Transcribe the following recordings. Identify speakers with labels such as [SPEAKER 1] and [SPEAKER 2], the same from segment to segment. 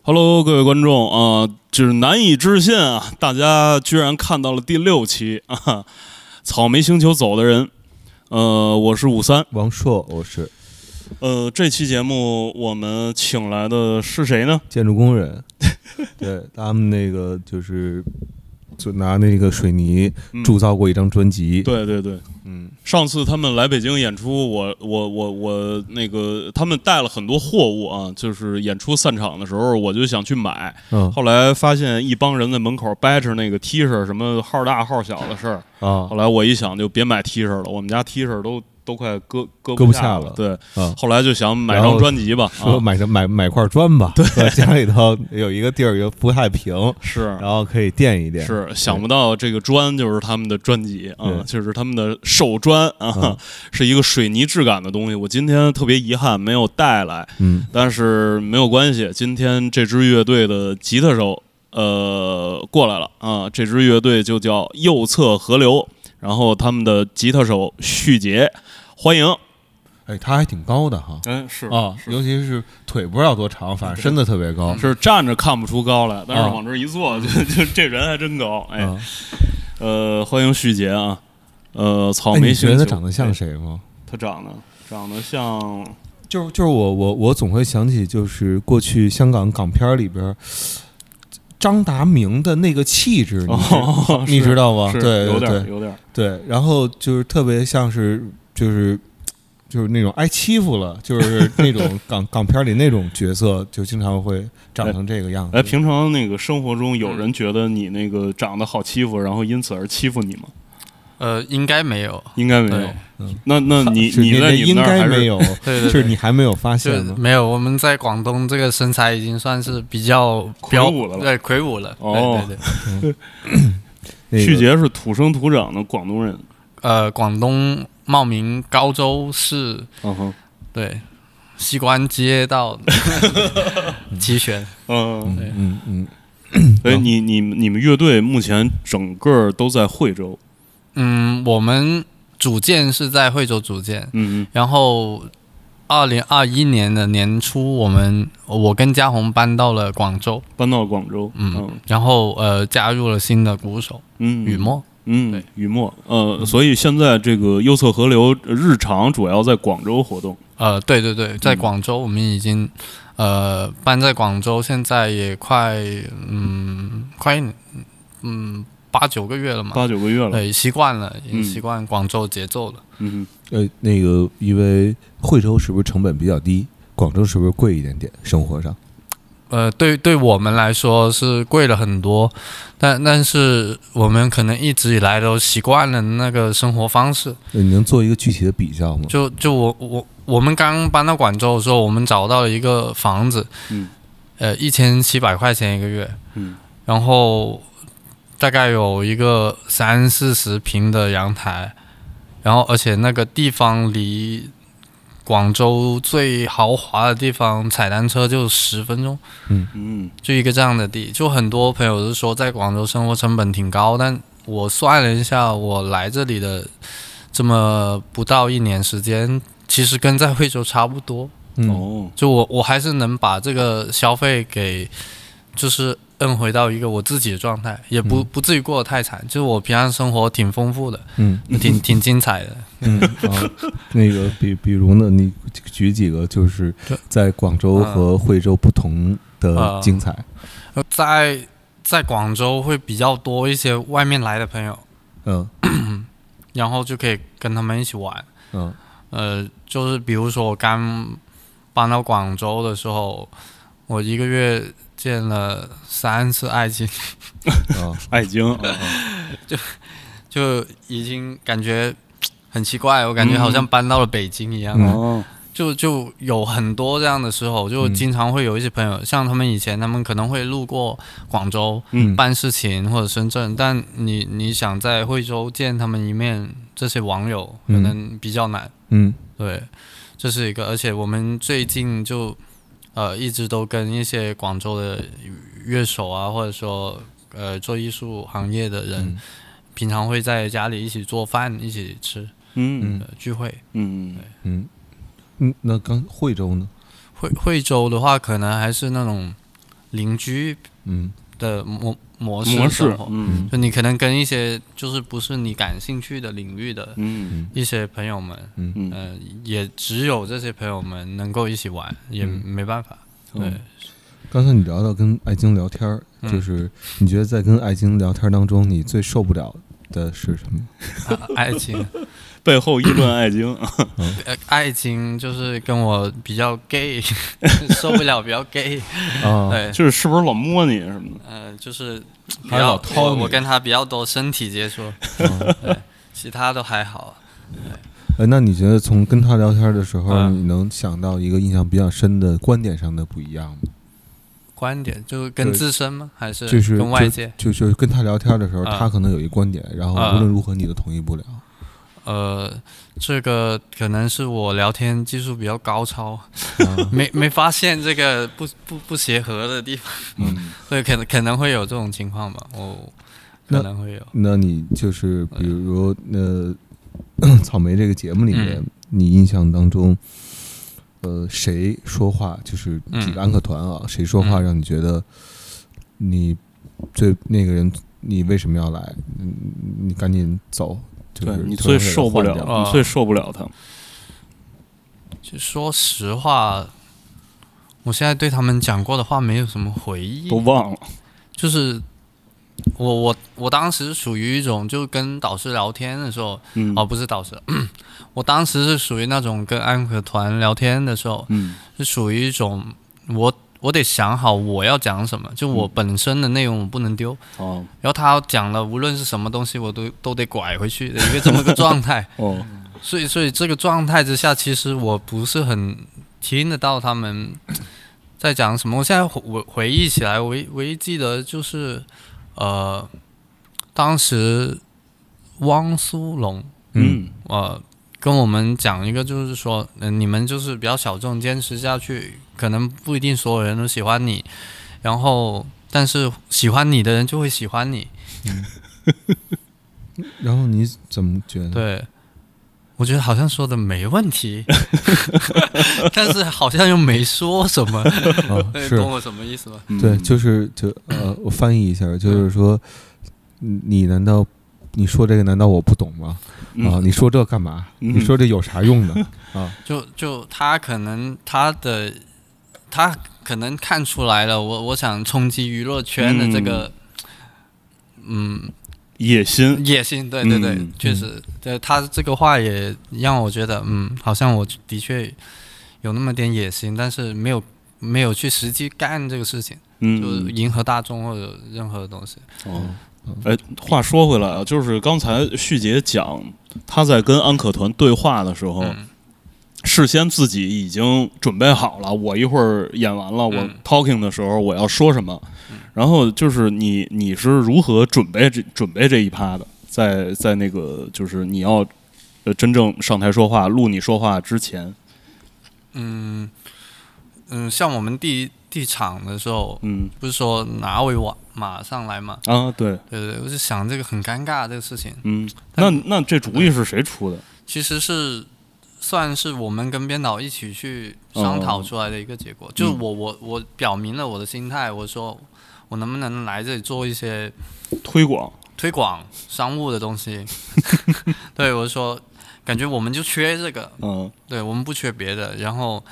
[SPEAKER 1] Hello，各位观众啊、就是难以置信啊，大家居然看到了第六期啊，草莓星球走的人。呃，我是五三。
[SPEAKER 2] 王硕，我是
[SPEAKER 1] 呃，这期节目我们请来的是谁呢？
[SPEAKER 2] 建筑 工人，对他们那个就是就拿那个水泥
[SPEAKER 1] 嗯
[SPEAKER 2] 铸造过一张专辑，
[SPEAKER 1] 对对对，
[SPEAKER 2] 嗯，
[SPEAKER 1] 上次他们来北京演出，我我我我那个他们带了很多货物啊，就是演出散场的时候，我就想去买，
[SPEAKER 2] 嗯
[SPEAKER 1] 后来发现一帮人在门口掰扯那个 T 恤什么号大号小的事儿，
[SPEAKER 2] 啊
[SPEAKER 1] 后来我一想就别买 T 恤了，我们家 T 恤都都快搁搁
[SPEAKER 2] 搁
[SPEAKER 1] 不
[SPEAKER 2] 不
[SPEAKER 1] 下
[SPEAKER 2] 下
[SPEAKER 1] 了
[SPEAKER 2] 了，
[SPEAKER 1] 对，
[SPEAKER 2] 啊，
[SPEAKER 1] 后来就想买
[SPEAKER 2] 然
[SPEAKER 1] 张
[SPEAKER 2] 后
[SPEAKER 1] 专辑吧，
[SPEAKER 2] 说
[SPEAKER 1] 啊、
[SPEAKER 2] 买着买买块砖吧，对， 家里头有一个地儿又不太平，
[SPEAKER 1] 是
[SPEAKER 2] 然后可以垫一垫，
[SPEAKER 1] 是，想不到这个砖就是他们的专辑啊
[SPEAKER 2] 对，
[SPEAKER 1] 就是他们的手砖啊
[SPEAKER 2] 嗯，
[SPEAKER 1] 是一个水泥质感的东西。我今天特别遗憾没有带来，
[SPEAKER 2] 嗯，
[SPEAKER 1] 但是没有关系，今天这支乐队的吉他手呃过来了啊，这支乐队就叫右侧河流，然后他们的吉他手旭杰，欢迎。
[SPEAKER 2] 哎，他还挺高的哈。
[SPEAKER 1] 嗯，是
[SPEAKER 2] 啊，尤其是腿不知道多长，反正身子特别高。
[SPEAKER 1] 是站着看不出高来，但是
[SPEAKER 2] 啊
[SPEAKER 1] 往这儿一坐，就就这人还真高。哎，
[SPEAKER 2] 啊
[SPEAKER 1] 呃，欢迎旭杰啊，呃，草
[SPEAKER 2] 哎，
[SPEAKER 1] 莓
[SPEAKER 2] 你
[SPEAKER 1] 星
[SPEAKER 2] 觉得
[SPEAKER 1] 球
[SPEAKER 2] 长得像谁吗？
[SPEAKER 1] 他长得长得像，
[SPEAKER 2] 就是就是我我我总会想起就是过去香港港片儿里边儿张达明的那个气质，你知、
[SPEAKER 1] 哦
[SPEAKER 2] 你知道吗？
[SPEAKER 1] 是
[SPEAKER 2] 对
[SPEAKER 1] 有
[SPEAKER 2] 对
[SPEAKER 1] 点儿
[SPEAKER 2] 对
[SPEAKER 1] 有点儿，
[SPEAKER 2] 对，然后就是特别像是就是就是那种挨欺负了，就是 那种港港片儿里那种角色，就经常会长成这个样子。
[SPEAKER 1] 哎，平常那个生活中有人觉得你那个长得好欺负，然后因此而欺负你吗？
[SPEAKER 3] 呃，应该没有，
[SPEAKER 1] 应该没有
[SPEAKER 3] 对。
[SPEAKER 1] 那那你
[SPEAKER 2] 嗯是
[SPEAKER 1] 你
[SPEAKER 2] 那
[SPEAKER 1] 在你
[SPEAKER 2] 应
[SPEAKER 1] 们那儿
[SPEAKER 2] 该
[SPEAKER 1] 还是
[SPEAKER 2] 没有，
[SPEAKER 3] 对对
[SPEAKER 2] 是
[SPEAKER 3] 对
[SPEAKER 2] 你还没有发
[SPEAKER 3] 就
[SPEAKER 2] 现吗？
[SPEAKER 3] 没有。我们在广东这个身材已经算是比较
[SPEAKER 1] 魁
[SPEAKER 3] 标
[SPEAKER 1] 梧的了
[SPEAKER 3] 对魁梧了。
[SPEAKER 1] 哦
[SPEAKER 3] 对对对，
[SPEAKER 2] 那个
[SPEAKER 1] 旭杰是土生土长的广东人。
[SPEAKER 3] 呃，广东茂名高州市
[SPEAKER 1] 嗯哼，
[SPEAKER 3] 对西关街 道齐全。
[SPEAKER 1] 嗯，
[SPEAKER 3] 对
[SPEAKER 2] 嗯嗯，
[SPEAKER 1] 哎，你你你们乐队目前整个都在惠州。
[SPEAKER 3] 嗯，我们组建是在惠州组建，
[SPEAKER 1] 嗯
[SPEAKER 3] 然后二零二一年的年初，我们我跟嘉宏搬到了广州
[SPEAKER 1] 嗯，，搬到广州。
[SPEAKER 3] 嗯，然后呃加入了新的鼓手
[SPEAKER 1] 嗯，
[SPEAKER 3] 雨墨。
[SPEAKER 1] 嗯
[SPEAKER 3] 对，
[SPEAKER 1] 雨墨。呃，所以现在这个右侧河流呃日常主要在广州活动。
[SPEAKER 3] 呃，对对对，在
[SPEAKER 1] 嗯
[SPEAKER 3] 广州我们已经、呃搬在广州，现在也快嗯快一嗯八九个月了嘛，
[SPEAKER 1] 八九个月了，
[SPEAKER 3] 啊对，习惯了，已
[SPEAKER 1] 嗯
[SPEAKER 3] 经习惯广州节奏了。
[SPEAKER 1] 嗯
[SPEAKER 2] 呃，那个，因为惠州是不是成本比较低？广州是不是贵一点点？生活上，
[SPEAKER 3] 呃，对，对我们来说是贵了很多，但但是我们可能一直以来都习惯了那个生活方式。
[SPEAKER 2] 呃你能做一个具体的比较吗？
[SPEAKER 3] 就就我我我们刚搬到广州的时候，我们找到了一个房子，
[SPEAKER 1] 嗯，
[SPEAKER 3] 呃，一千七百块钱一个月，
[SPEAKER 1] 嗯，
[SPEAKER 3] 然后大概有一个三四十平的阳台，然后而且那个地方离广州最豪华的地方踩单车就十分钟，
[SPEAKER 1] 嗯
[SPEAKER 3] 就一个这样的地，就很多朋友是说在广州生活成本挺高，但我算了一下，我来这里的这么不到一年时间，其实跟在惠州差不多。
[SPEAKER 1] 嗯，
[SPEAKER 2] 嗯
[SPEAKER 1] 哦，
[SPEAKER 3] 就我我还是能把这个消费给就是摁回到一个我自己的状态，也不、不至于过得太惨。就我平常生活挺丰富的，
[SPEAKER 2] 嗯
[SPEAKER 3] 挺挺精彩的。
[SPEAKER 2] 嗯啊，那个比比如呢，你举几个就是在广州和惠州不同的精彩。
[SPEAKER 3] 呃在在广州会比较多一些外面来的朋友，
[SPEAKER 2] 嗯
[SPEAKER 3] 然后就可以跟他们一起玩。
[SPEAKER 2] 嗯
[SPEAKER 3] 呃，就是比如说我刚搬到广州的时候，我一个月见了三次爱情，
[SPEAKER 2] 啊，
[SPEAKER 1] 爱京，啊
[SPEAKER 3] 就已经感觉很奇怪，我感觉好像搬到了北京一样。
[SPEAKER 2] 嗯
[SPEAKER 1] 哦，
[SPEAKER 3] 就就有很多这样的时候，就
[SPEAKER 2] 嗯
[SPEAKER 3] 经常会有一些朋友，像他们以前他们可能会路过广州
[SPEAKER 1] 嗯
[SPEAKER 3] 办事情或者深圳，但你你想在惠州见他们一面，这些网友可
[SPEAKER 2] 嗯
[SPEAKER 3] 能比较难。
[SPEAKER 2] 嗯
[SPEAKER 3] 对，这是一个，而且我们最近就呃一直都跟一些广州的乐手啊，或者说呃做艺术行业的人，
[SPEAKER 2] 嗯
[SPEAKER 3] 平常会在家里一起做饭、一起吃、
[SPEAKER 1] 嗯
[SPEAKER 3] 呃、聚会。
[SPEAKER 1] 嗯
[SPEAKER 2] 嗯嗯，那刚惠州呢？
[SPEAKER 3] 惠惠州的话，可能还是那种邻居
[SPEAKER 2] 嗯
[SPEAKER 3] 的模模式
[SPEAKER 1] 模式
[SPEAKER 3] 生活，
[SPEAKER 1] 嗯
[SPEAKER 3] 就你可能跟一些就是不是你感兴趣的领域的
[SPEAKER 1] 嗯
[SPEAKER 3] 一些朋友们，
[SPEAKER 2] 嗯
[SPEAKER 1] 嗯
[SPEAKER 3] 呃，也只有这些朋友们能够一起玩，也
[SPEAKER 2] 嗯
[SPEAKER 3] 没办法。对，
[SPEAKER 1] 嗯
[SPEAKER 2] 刚才你聊到跟爱晶聊天儿，
[SPEAKER 3] 嗯
[SPEAKER 2] 就是你觉得在跟爱晶聊天当中，你最受不了的是什么？
[SPEAKER 3] 啊爱情，
[SPEAKER 1] 背后议论爱情，
[SPEAKER 3] 呃，爱情就是跟我比较 gay，受 不了比较 gay，
[SPEAKER 2] 啊，
[SPEAKER 3] 对，
[SPEAKER 1] 就是是不是老摸你什么的？
[SPEAKER 3] 呃，就是比
[SPEAKER 2] 还有老
[SPEAKER 3] 较
[SPEAKER 2] 掏
[SPEAKER 3] 我
[SPEAKER 2] 你
[SPEAKER 3] 我跟他比较多身体接触，
[SPEAKER 2] 嗯
[SPEAKER 3] 对，其他都还好。
[SPEAKER 2] 呃，那你觉得从跟他聊天的时候，
[SPEAKER 3] 嗯
[SPEAKER 2] 你能想到一个印象比较深的观点上的不一样吗？
[SPEAKER 3] 观点就是跟
[SPEAKER 2] 对
[SPEAKER 3] 自身吗？还是
[SPEAKER 2] 就是
[SPEAKER 3] 跟外界？
[SPEAKER 2] 就就是跟他聊天的时候，
[SPEAKER 3] 啊
[SPEAKER 2] 他可能有一观点，然后
[SPEAKER 3] 啊
[SPEAKER 2] 无论如何你都同意不了。
[SPEAKER 3] 呃，这个可能是我聊天技术比较高超，
[SPEAKER 2] 啊
[SPEAKER 3] 没没发现这个不不不协和的地方，
[SPEAKER 2] 嗯，
[SPEAKER 3] 对，可能可能会有这种情况吧，我
[SPEAKER 2] 那
[SPEAKER 3] 可能会有。
[SPEAKER 2] 那你就是
[SPEAKER 3] 哎
[SPEAKER 2] 比如呃， 草莓这个节目里面，
[SPEAKER 3] 嗯
[SPEAKER 2] 你印象当中，呃，谁说话就是几
[SPEAKER 3] 嗯
[SPEAKER 2] 个安可团啊，谁说话
[SPEAKER 3] 嗯
[SPEAKER 2] 让你觉得你最那个人，你为什么要来？嗯你赶紧走。就是
[SPEAKER 1] 对你
[SPEAKER 2] 突
[SPEAKER 1] 最
[SPEAKER 2] 然给他
[SPEAKER 1] 受不
[SPEAKER 2] 换
[SPEAKER 1] 了，
[SPEAKER 2] 掉
[SPEAKER 3] 啊
[SPEAKER 1] 你最受不了他。
[SPEAKER 3] 就说实话，我现在对他们讲过的话没有什么回忆，
[SPEAKER 1] 都忘了。
[SPEAKER 3] 就是我我我当时属于一种就跟导师聊天的时候，
[SPEAKER 1] 嗯，
[SPEAKER 3] 哦，不是导师， 我当时是属于那种跟安可团聊天的时候，
[SPEAKER 1] 嗯
[SPEAKER 3] 是属于一种我我得想好我要讲什么，就我
[SPEAKER 1] 嗯
[SPEAKER 3] 本身的内容我不能丢，
[SPEAKER 1] 哦
[SPEAKER 3] 然后他讲了无论是什么东西我都都得拐回去的一个这么个状态，
[SPEAKER 1] 哦，
[SPEAKER 3] 所以所以这个状态之下，其实我不是很听得到他们在讲什么。我现在回我回忆起来，唯唯一记得就是呃，当时汪苏泷
[SPEAKER 2] 嗯
[SPEAKER 1] 嗯
[SPEAKER 3] 呃跟我们讲一个，就是说、呃你们就是比较小众，坚持下去，可能不一定所有人都喜欢你，然后但是喜欢你的人就会喜欢你，
[SPEAKER 2] 然后你怎么
[SPEAKER 1] 嗯
[SPEAKER 2] 觉得？
[SPEAKER 3] 对，我觉得好像说的没 问题， 但是好像又没说什 么，
[SPEAKER 2] 啊，
[SPEAKER 3] 对
[SPEAKER 2] 是
[SPEAKER 3] 懂我什么意思吗？
[SPEAKER 1] 嗯
[SPEAKER 2] 对，就是就呃，我翻译一下，就是说，嗯你难道你说这个难道我不懂吗？啊，
[SPEAKER 1] 嗯
[SPEAKER 2] 你说这干嘛？
[SPEAKER 1] 嗯
[SPEAKER 2] 你说这有啥用呢？ 啊，
[SPEAKER 3] 就就他可能他的他可能看出来了，我我想冲击娱乐圈的这个。嗯，
[SPEAKER 1] 野心。
[SPEAKER 3] 野心，对对对，
[SPEAKER 1] 嗯
[SPEAKER 3] 确实，对他这个话也让我觉得，嗯，好像我的确有那么点野心，但是没有没有去实际干这个事情，就是
[SPEAKER 1] 嗯，
[SPEAKER 3] 迎合大众或者任何的东西。
[SPEAKER 1] 哦，哎，话说回来啊，就是刚才旭杰讲他在跟安可团对话的时候，
[SPEAKER 3] 嗯
[SPEAKER 1] 事先自己已经准备好了，我一会儿演完了，我
[SPEAKER 3] 嗯
[SPEAKER 1] talking 的时候我要说什么。然后就是你你是如何准备这准备这一趴的？在在那个就是你要呃真正上台说话录你说话之前，
[SPEAKER 3] 嗯嗯，像我们第一第一场的时候，
[SPEAKER 1] 嗯
[SPEAKER 3] 不是说拿尾马马上来嘛？
[SPEAKER 1] 啊对，
[SPEAKER 3] 对对对，我就想这个很尴尬这个事情，
[SPEAKER 1] 嗯，那
[SPEAKER 3] 但
[SPEAKER 1] 那这主意是谁出的？
[SPEAKER 3] 其实是算是我们跟编导一起去商讨出来的一个结果。就是我我我表明了我的心态，我说我能不能来这里做一些
[SPEAKER 1] 推广
[SPEAKER 3] 推广商务的东西？ 对我说，感觉我们就缺这个，
[SPEAKER 1] 嗯
[SPEAKER 3] 对我们不缺别的。然后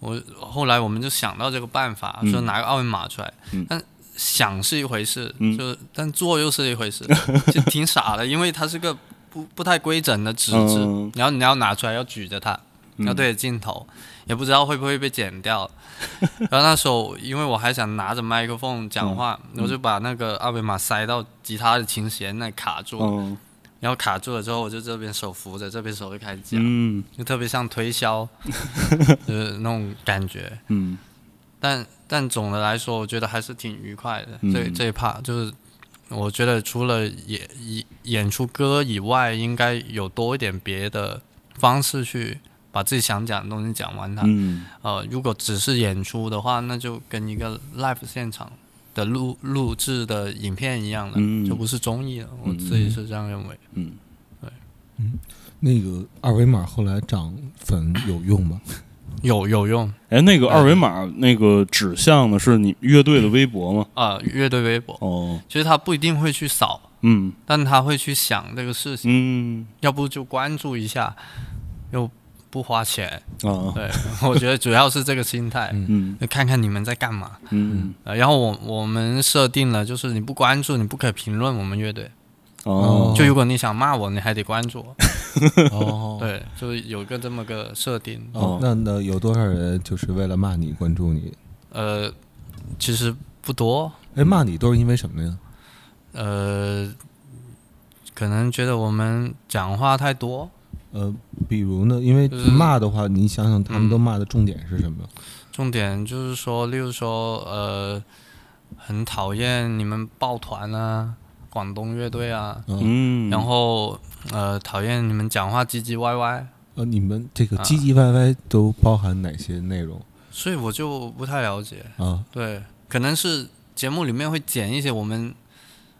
[SPEAKER 3] 我后来我们就想到这个办法，
[SPEAKER 1] 嗯
[SPEAKER 3] 说拿个二维码出来，
[SPEAKER 1] 嗯
[SPEAKER 3] 但想是一回事，
[SPEAKER 1] 嗯
[SPEAKER 3] 就是但做又是一回 事，就挺傻的，因为它是个不不太规整的纸质，
[SPEAKER 1] 嗯
[SPEAKER 3] 然后你要拿出来要举着它，
[SPEAKER 1] 嗯
[SPEAKER 3] 要对着镜头，也不知道会不会被 剪掉。然后那时候因为我还想拿着麦克风讲话，
[SPEAKER 1] 嗯
[SPEAKER 3] 我就把那个二维码塞到吉他的琴弦那卡住，
[SPEAKER 1] 嗯
[SPEAKER 3] 然后卡住了之后，我就这边手扶着，这边手就开始讲。
[SPEAKER 1] 嗯
[SPEAKER 3] 就特别像 推销，就是那种感觉。
[SPEAKER 1] 嗯
[SPEAKER 3] 但但总的来说，我觉得还是挺愉快的。
[SPEAKER 1] 嗯
[SPEAKER 3] 这这一趴就是，我觉得除了演演演出歌以外，应该有多一点别的方式去把自己想讲的东西讲完它。
[SPEAKER 1] 嗯
[SPEAKER 3] 呃，如果只是演出的话，那就跟一个 live 现场的录录制的影片一样了，
[SPEAKER 1] 嗯
[SPEAKER 3] 就不是综艺了。我
[SPEAKER 1] 嗯
[SPEAKER 3] 自己是这样认为。
[SPEAKER 1] 嗯，
[SPEAKER 2] 那个二维码后来长粉有用吗？
[SPEAKER 3] 有有用
[SPEAKER 1] 哎，那个二维码那个指向的是你乐队的微博吗？
[SPEAKER 3] 啊、乐队微博，
[SPEAKER 1] 哦，
[SPEAKER 3] 其实他不一定会去扫，
[SPEAKER 1] 嗯
[SPEAKER 3] 但他会去想这个事情，
[SPEAKER 1] 嗯
[SPEAKER 3] 要不就关注一下，又不花钱。
[SPEAKER 1] 啊
[SPEAKER 3] 对，我觉得主要是这个心态，
[SPEAKER 1] 嗯
[SPEAKER 3] 看看你们在干嘛。
[SPEAKER 1] 嗯
[SPEAKER 3] 呃然后我我们设定了，就是你不关注，你不可以评论我们乐队。
[SPEAKER 1] 哦
[SPEAKER 2] 哦
[SPEAKER 3] 就如果你想骂我，你还得关注我。
[SPEAKER 2] 哦，
[SPEAKER 3] 对，就是有一个这么个设定。
[SPEAKER 2] 哦，那那有多少人就是为了骂你关注你？
[SPEAKER 3] 呃，其实不多，
[SPEAKER 2] 哎，骂你都是因为什么呀？
[SPEAKER 3] 呃，可能觉得我们讲话太多，
[SPEAKER 2] 呃，比如呢，因为
[SPEAKER 3] 就是
[SPEAKER 2] 骂的话，你想想他们都骂的重点是什么？
[SPEAKER 3] 重点就是说，例如说，呃，很讨厌你们抱团啊，广东乐队啊，
[SPEAKER 1] 嗯，
[SPEAKER 3] 然后呃，讨厌你们讲话唧唧歪歪，
[SPEAKER 2] 呃，你们这个
[SPEAKER 3] 啊
[SPEAKER 2] 唧唧歪歪都包含哪些内容
[SPEAKER 3] 所以我就不太了解。
[SPEAKER 2] 啊？
[SPEAKER 3] 对，可能是节目里面会剪一些我们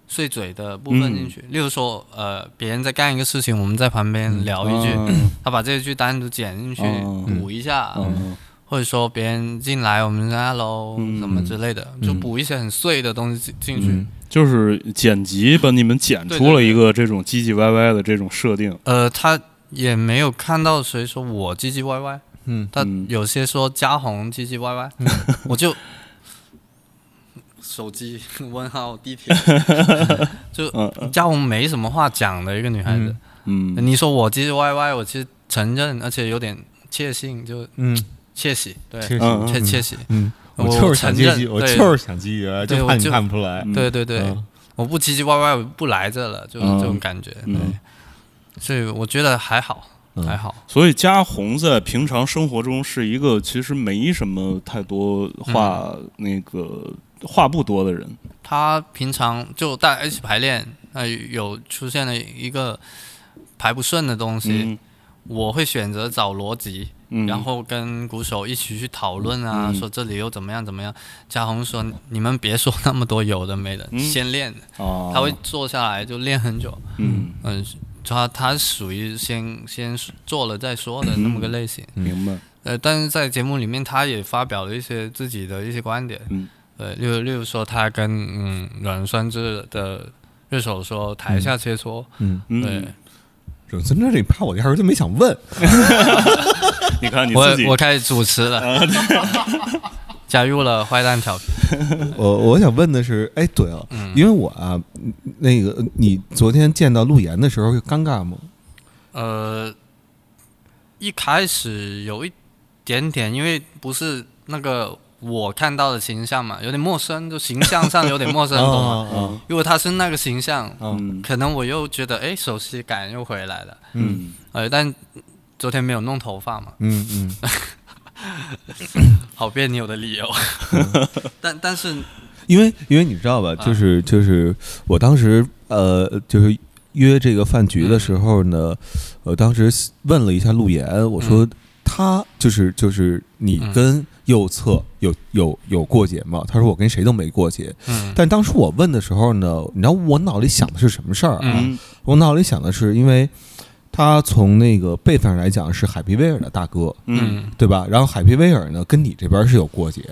[SPEAKER 3] 碎嘴的部分进去，
[SPEAKER 1] 嗯
[SPEAKER 3] 例如说，呃，别人在干一个事情，我们在旁边聊一句，
[SPEAKER 1] 嗯
[SPEAKER 3] 他把这一句单独剪进去
[SPEAKER 1] 哦
[SPEAKER 3] 补一下，
[SPEAKER 1] 嗯
[SPEAKER 3] 或者说别人进来我们说 hello
[SPEAKER 1] 嗯
[SPEAKER 3] 什么之类的，就补一些很碎的东西进进去。
[SPEAKER 2] 嗯
[SPEAKER 1] 就是剪辑把你们剪出了一个这种唧唧歪歪的这种设定，
[SPEAKER 3] 呃，他也没有看到谁说我唧唧歪歪，
[SPEAKER 2] 嗯，
[SPEAKER 3] 他
[SPEAKER 1] 嗯
[SPEAKER 3] 有些说嘉宏唧唧歪歪， 我就手机问号 地铁，就嘉宏没什么话讲的一个女孩子。
[SPEAKER 1] 嗯
[SPEAKER 3] 你说我唧唧歪歪，我其实承认，而且有点窃信，就
[SPEAKER 2] 嗯，
[SPEAKER 3] 窃喜，对，
[SPEAKER 2] 确实，
[SPEAKER 1] 嗯
[SPEAKER 3] 窃窃喜，
[SPEAKER 2] 嗯，
[SPEAKER 3] 我
[SPEAKER 2] 就是想唧
[SPEAKER 3] 承
[SPEAKER 2] 唧，
[SPEAKER 3] 认
[SPEAKER 2] 我
[SPEAKER 3] 对
[SPEAKER 2] 就是想唧唧歪歪，
[SPEAKER 3] 对
[SPEAKER 2] 就
[SPEAKER 3] 我
[SPEAKER 2] 怕你
[SPEAKER 3] 就
[SPEAKER 2] 看不出来。
[SPEAKER 1] 嗯
[SPEAKER 3] 对对对，
[SPEAKER 2] 嗯
[SPEAKER 3] 我不唧唧歪歪，我不来这了，就是
[SPEAKER 1] 嗯
[SPEAKER 3] 这种感觉。
[SPEAKER 1] 嗯
[SPEAKER 3] 对，所以我觉得还好，
[SPEAKER 2] 嗯
[SPEAKER 3] 还好。
[SPEAKER 1] 所以嘉宏在平常生活中是一个其实没什么太多话、
[SPEAKER 3] 嗯
[SPEAKER 1] 那个话不多的人，
[SPEAKER 3] 他平常就大家一起排练，呃，有出现了一个排不顺的东西，
[SPEAKER 1] 嗯
[SPEAKER 3] 我会选择找罗辑，
[SPEAKER 1] 嗯，
[SPEAKER 3] 然后跟鼓手一起去讨论啊，
[SPEAKER 1] 嗯
[SPEAKER 3] 说这里又怎么样怎么样。嘉宏说：“你们别说那么多有的没的，
[SPEAKER 1] 嗯
[SPEAKER 3] 先练。”
[SPEAKER 1] 啊，
[SPEAKER 3] 他会坐下来就练很久。
[SPEAKER 1] 嗯
[SPEAKER 3] 嗯，他他属于先先做了再说
[SPEAKER 1] 嗯
[SPEAKER 3] 的那么个类型。
[SPEAKER 1] 明白，
[SPEAKER 3] 呃，但是在节目里面，他也发表了一些自己的一些观点。
[SPEAKER 1] 嗯，
[SPEAKER 3] 呃，例如例如说，他跟嗯阮酸志的乐手说台下切磋，
[SPEAKER 2] 嗯，
[SPEAKER 1] 嗯
[SPEAKER 3] 对，
[SPEAKER 2] 阮孙这里怕我压根儿就没想 问。
[SPEAKER 1] 你看你自己
[SPEAKER 3] 我我开始主持 了，加入了坏蛋调皮。
[SPEAKER 2] 我我想问的是，哎，对了，
[SPEAKER 3] 嗯，
[SPEAKER 2] 因为我啊，那个你昨天见到陆岩的时候尴尬吗？
[SPEAKER 3] 呃，一开始有一点点，因为不是那个我看到的形象嘛，有点陌生，就形象上有点 陌
[SPEAKER 1] 哦
[SPEAKER 3] 生，懂吗？
[SPEAKER 2] 啊
[SPEAKER 3] 如果他是那个形象，
[SPEAKER 2] 啊
[SPEAKER 1] 嗯
[SPEAKER 3] 可能我又觉得哎，熟悉感又回来了。
[SPEAKER 1] 嗯
[SPEAKER 3] 呃，但昨天没有弄头发嘛，
[SPEAKER 2] 嗯嗯
[SPEAKER 3] 好别扭的理由。 但但是，
[SPEAKER 2] 因为因为你知道吧，
[SPEAKER 3] 啊
[SPEAKER 2] 就是就是我当时呃，就是约这个饭
[SPEAKER 3] 嗯
[SPEAKER 2] 局的时候呢，我当时问了一下陆岩，我说他就是就是你
[SPEAKER 3] 嗯
[SPEAKER 2] 跟右侧有有有过节吗？他说我跟谁都没过节。
[SPEAKER 3] 嗯
[SPEAKER 2] 但当时我问的时候呢，你知道我脑里想的是什么事儿啊？
[SPEAKER 1] 嗯
[SPEAKER 2] 我脑里想的是，因为他从那个辈分上来讲是海皮威尔的大哥，
[SPEAKER 1] 嗯
[SPEAKER 2] 对吧？然后海皮威尔呢跟你这边是有过节，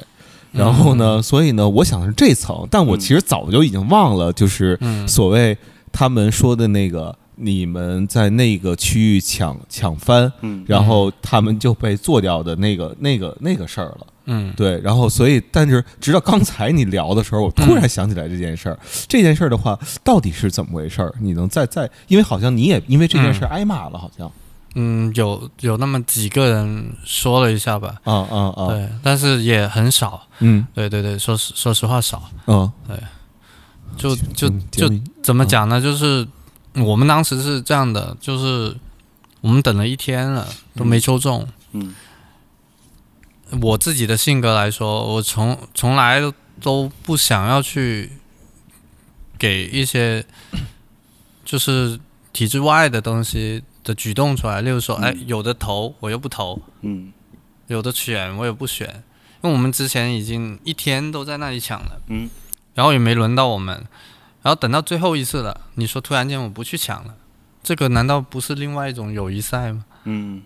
[SPEAKER 1] 嗯
[SPEAKER 2] 然后呢，所以呢，我想的是这层，但我其实早就已经忘了，就是
[SPEAKER 3] 嗯
[SPEAKER 2] 所谓他们说的那个，你们在那个区域抢抢翻，
[SPEAKER 1] 嗯
[SPEAKER 2] 然后他们就被做掉的那个那个那个事儿了。
[SPEAKER 3] 嗯
[SPEAKER 2] 对，然后所以，但是直到刚才你聊的时候，我
[SPEAKER 3] 嗯
[SPEAKER 2] 突然想起来这件事儿。这件事儿的话，到底是怎么回事儿？你能再再，因为好像你也因为这件事儿挨骂了，好像
[SPEAKER 3] 嗯，有有那么几个人说了一下吧，
[SPEAKER 2] 啊啊啊，
[SPEAKER 3] 对，但是也很少，
[SPEAKER 2] 嗯
[SPEAKER 3] 对对对，说实说实话少，
[SPEAKER 2] 嗯，
[SPEAKER 3] 就就
[SPEAKER 2] 嗯
[SPEAKER 3] 就
[SPEAKER 2] 节目
[SPEAKER 3] 怎么讲呢？就是我们当时是这样的，就是我们等了一天了都没抽中。
[SPEAKER 1] 嗯
[SPEAKER 3] 我自己的性格来说，我从从来都不想要去给一些就是体制外的东西的举动出来，例如说，哎，有的投我又不投，
[SPEAKER 1] 嗯
[SPEAKER 3] 有的选我也不选，因为我们之前已经一天都在那里抢了，
[SPEAKER 1] 嗯，
[SPEAKER 3] 然后也没轮到我们，然后等到最后一次了，你说突然间我不去抢了，这个难道不是另外一种友谊赛吗？
[SPEAKER 1] 嗯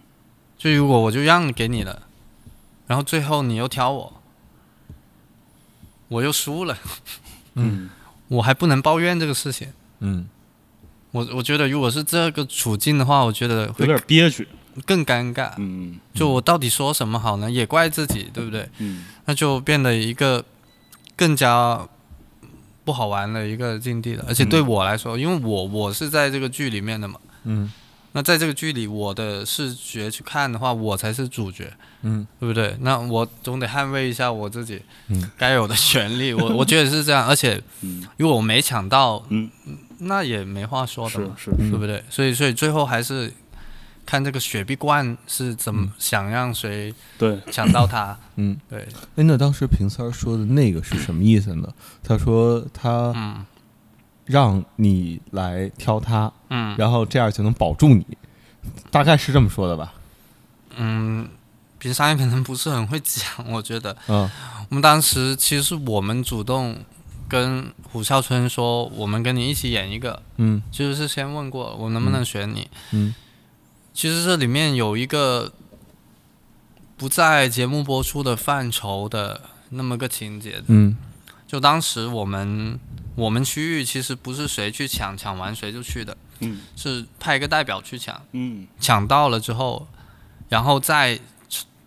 [SPEAKER 3] 就如果我就让给你了，然后最后你又挑我，我又输了，
[SPEAKER 1] 嗯
[SPEAKER 3] 我还不能抱怨这个事情。
[SPEAKER 2] 嗯，
[SPEAKER 3] 我我觉得如果是这个处境的话，我觉得
[SPEAKER 1] 有
[SPEAKER 3] 会
[SPEAKER 1] 点憋屈，
[SPEAKER 3] 更尴尬。
[SPEAKER 1] 嗯
[SPEAKER 3] 就我到底说什么好呢？也怪自己，对不对？
[SPEAKER 1] 嗯
[SPEAKER 3] 那就变得一个更加不好玩的一个境地了。而且对我来说，因为我我是在这个剧里面的嘛，
[SPEAKER 2] 嗯
[SPEAKER 3] 那在这个剧里，我的视觉去看的话，我才是主角，
[SPEAKER 2] 嗯
[SPEAKER 3] 对不对？那我总得捍卫一下我自己
[SPEAKER 2] 嗯
[SPEAKER 3] 该有的权利。我我觉得是这样，而且
[SPEAKER 1] 嗯，
[SPEAKER 3] 如果我没抢到，
[SPEAKER 1] 嗯，
[SPEAKER 3] 那也没话说的
[SPEAKER 1] 是
[SPEAKER 3] 嘛，
[SPEAKER 1] 是
[SPEAKER 2] 嗯
[SPEAKER 3] 对不对？所以所以最后还是看这个雪碧罐是怎么想让谁
[SPEAKER 1] 对，
[SPEAKER 3] 抢到它。
[SPEAKER 2] 嗯。
[SPEAKER 3] 对，
[SPEAKER 2] 哎，那当时平三儿说的那个是什么意思呢？他说他
[SPEAKER 3] 嗯
[SPEAKER 2] 让你来挑他，
[SPEAKER 3] 嗯
[SPEAKER 2] 然后这样就能保住你，大概是这么说的吧？
[SPEAKER 3] 嗯，平山可能不是很会讲，我觉得
[SPEAKER 2] 嗯
[SPEAKER 3] 我们当时其实是我们主动跟虎啸春说，我们跟你一起演一个，
[SPEAKER 2] 嗯
[SPEAKER 3] 其实是先问过我能不能选你。
[SPEAKER 2] 嗯
[SPEAKER 3] 其实这里面有一个不在节目播出的范畴的那么个情节，
[SPEAKER 2] 嗯
[SPEAKER 3] 就当时我们我们区域其实不是谁去抢，抢完谁就去的，
[SPEAKER 1] 嗯
[SPEAKER 3] 是派一个代表去抢，
[SPEAKER 1] 嗯
[SPEAKER 3] 抢到了之后，然后再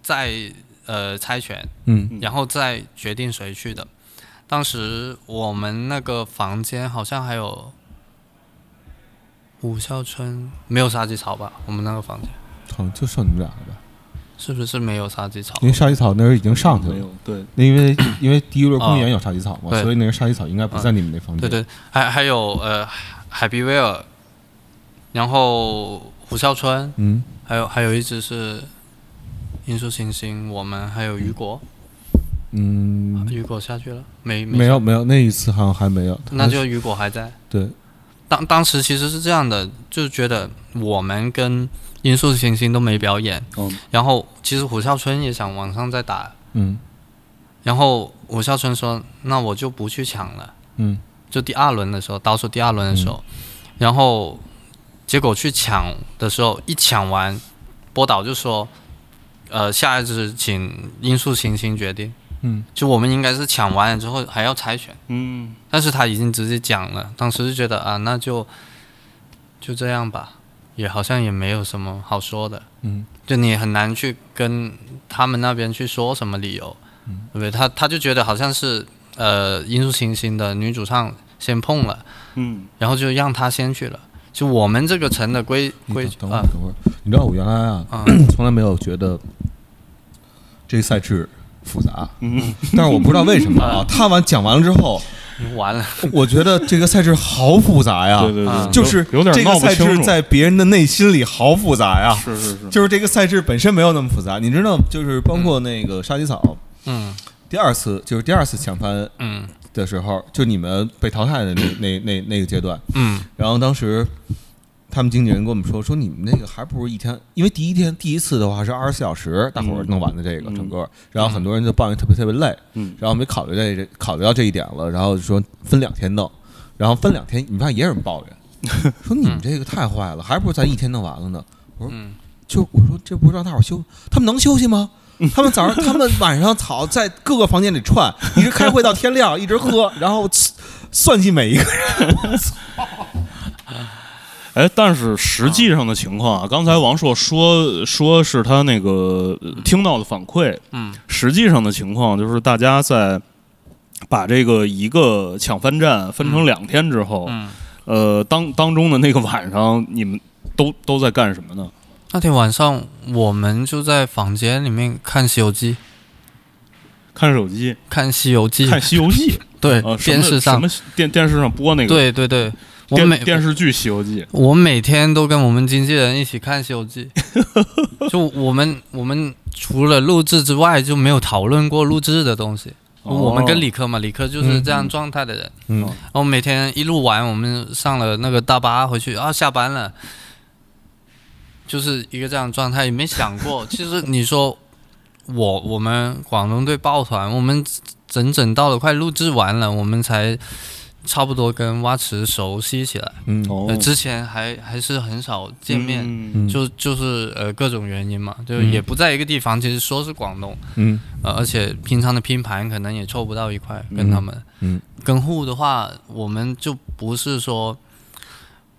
[SPEAKER 3] 再呃猜拳，
[SPEAKER 2] 嗯
[SPEAKER 3] 然后再决定谁去的。当时我们那个房间好像还有武孝春，没有杀鸡草吧？我们那个房间
[SPEAKER 2] 好像就剩你们俩了吧？
[SPEAKER 3] 是不是没有杀鸡草？
[SPEAKER 2] 因为沙棘草那时候已经上去
[SPEAKER 1] 嗯没
[SPEAKER 2] 了，
[SPEAKER 1] 有对，
[SPEAKER 2] 那因 为因为第一轮公园有沙棘草嘛，
[SPEAKER 3] 啊对啊
[SPEAKER 2] 所以那个沙棘草应该不在你们那房间。
[SPEAKER 3] 对对，还还有呃海比威尔，然后虎啸春，
[SPEAKER 2] 嗯
[SPEAKER 3] 还有还有一只是音速行星，我们还有雨果，
[SPEAKER 2] 嗯，
[SPEAKER 3] 雨果下去了啊没？
[SPEAKER 2] 没
[SPEAKER 3] 有，
[SPEAKER 2] 有没有，那一次好像还没有。
[SPEAKER 3] 那就雨果还在。
[SPEAKER 2] 对，
[SPEAKER 3] 当当时其实是这样的，就觉得我们跟音速行星都没表演，
[SPEAKER 2] 哦
[SPEAKER 1] 嗯
[SPEAKER 3] 然后其实虎啸春也想往上再打，
[SPEAKER 2] 嗯
[SPEAKER 3] 然后虎啸春说：“那我就不去抢了。
[SPEAKER 2] 嗯”
[SPEAKER 3] 就第二轮的时候，倒数第二轮的时候，然后结果去抢的时候，一抢完，波导就说：“呃，下一支请音速行星决定。
[SPEAKER 2] 嗯”
[SPEAKER 3] 就我们应该是抢完了之后还要猜拳。
[SPEAKER 1] 嗯
[SPEAKER 3] 但是他已经直接讲了，当时就觉得啊，那就就这样吧，也好像也没有什么好说的，
[SPEAKER 2] 嗯
[SPEAKER 3] 就你也很难去跟他们那边去说什么理由，
[SPEAKER 2] 嗯
[SPEAKER 3] 对不对？他他就觉得好像是呃，音速行星的女主唱先碰了，
[SPEAKER 1] 嗯
[SPEAKER 3] 然后就让她先去了，就我们这个城的规
[SPEAKER 2] 你
[SPEAKER 3] 规
[SPEAKER 2] 等等会儿
[SPEAKER 3] 啊
[SPEAKER 2] 等会儿，你知道我原来啊，
[SPEAKER 3] 啊，
[SPEAKER 2] 从来没有觉得这个赛制复杂，
[SPEAKER 1] 嗯
[SPEAKER 2] 但是我不知道为什么啊。他完讲完了之后，
[SPEAKER 3] 你完了，
[SPEAKER 2] 我觉得这个赛制好复杂呀，
[SPEAKER 1] 对对对，
[SPEAKER 2] 就是
[SPEAKER 1] 啊有点
[SPEAKER 2] 这个
[SPEAKER 1] 闹不
[SPEAKER 2] 赛
[SPEAKER 1] 清
[SPEAKER 2] 制
[SPEAKER 1] 楚，啊
[SPEAKER 2] 在别人的内心里好复杂呀。
[SPEAKER 1] 是是是，
[SPEAKER 2] 就是这个赛制本身没有那么复杂，你知道，就是包括那个沙棘草
[SPEAKER 3] 嗯
[SPEAKER 2] 第二次，就是第二次抢翻
[SPEAKER 3] 嗯
[SPEAKER 2] 的时候，就你们被淘汰的那 那那那个阶段，
[SPEAKER 3] 嗯
[SPEAKER 2] 然后当时他们经纪人跟我们说，说你们那个还不如一天，因为第一天第一次的话是二十四小时，大伙儿弄完的这个
[SPEAKER 1] 嗯
[SPEAKER 2] 整个，然后很多人就抱怨特别特别累，
[SPEAKER 1] 嗯
[SPEAKER 2] 然后没考虑到这考虑到这一点了，然后就说分两天弄，然后分两天，你看也有人抱怨， 说你们这个太坏了，还不如咱一天弄完了呢。我说
[SPEAKER 3] 嗯，
[SPEAKER 2] 就我说这不是让大伙儿休，他们能休息 吗？他们早上，他们晚上早在各个房间里串，一直开会到天亮，一直喝，然后算计每一个人。
[SPEAKER 1] 哎，但是实际上的情况啊，刚才王硕说说是他那个呃听到的反馈，
[SPEAKER 3] 嗯
[SPEAKER 1] 实际上的情况就是大家在把这个一个抢番站分成两天之后，
[SPEAKER 3] 嗯，
[SPEAKER 1] 呃，当当中的那个晚上，你们都都在干什么呢？
[SPEAKER 3] 那天晚上我们就在房间里面看《西游记》。
[SPEAKER 1] 看手机，
[SPEAKER 3] 看《西游记》
[SPEAKER 1] 看《西游记》
[SPEAKER 3] 对、
[SPEAKER 1] 啊，什么
[SPEAKER 3] 呃电视上
[SPEAKER 1] 什么电电视上播那个
[SPEAKER 3] 对对对，我
[SPEAKER 1] 电
[SPEAKER 3] 每
[SPEAKER 1] 电视剧《西游记》，
[SPEAKER 3] 我每天都跟我们经纪人一起看《西游记》， 就我们我们除了录制之外就没有讨论过录制的东西。
[SPEAKER 1] 哦
[SPEAKER 3] 我们跟
[SPEAKER 1] 李
[SPEAKER 3] 理科嘛，理科就是这样状态的人。
[SPEAKER 2] 嗯
[SPEAKER 3] 然后每天一录完，我们上了那个大巴回去，啊，下班了，就是一个这样的状态，也没想过。其实你说我我们广东队抱团，我们整整到了快录制完了，我们才差不多跟蛙池熟悉起来。
[SPEAKER 2] 嗯，
[SPEAKER 1] 哦
[SPEAKER 3] 呃，之前还还是很少见面，
[SPEAKER 1] 嗯
[SPEAKER 3] 就就是呃各种原因嘛，就也不在一个地方。其实说是广东，
[SPEAKER 2] 嗯
[SPEAKER 3] 呃，而且平常的拼盘可能也凑不到一块跟他们。
[SPEAKER 2] 嗯
[SPEAKER 3] 跟户的话，我们就不是说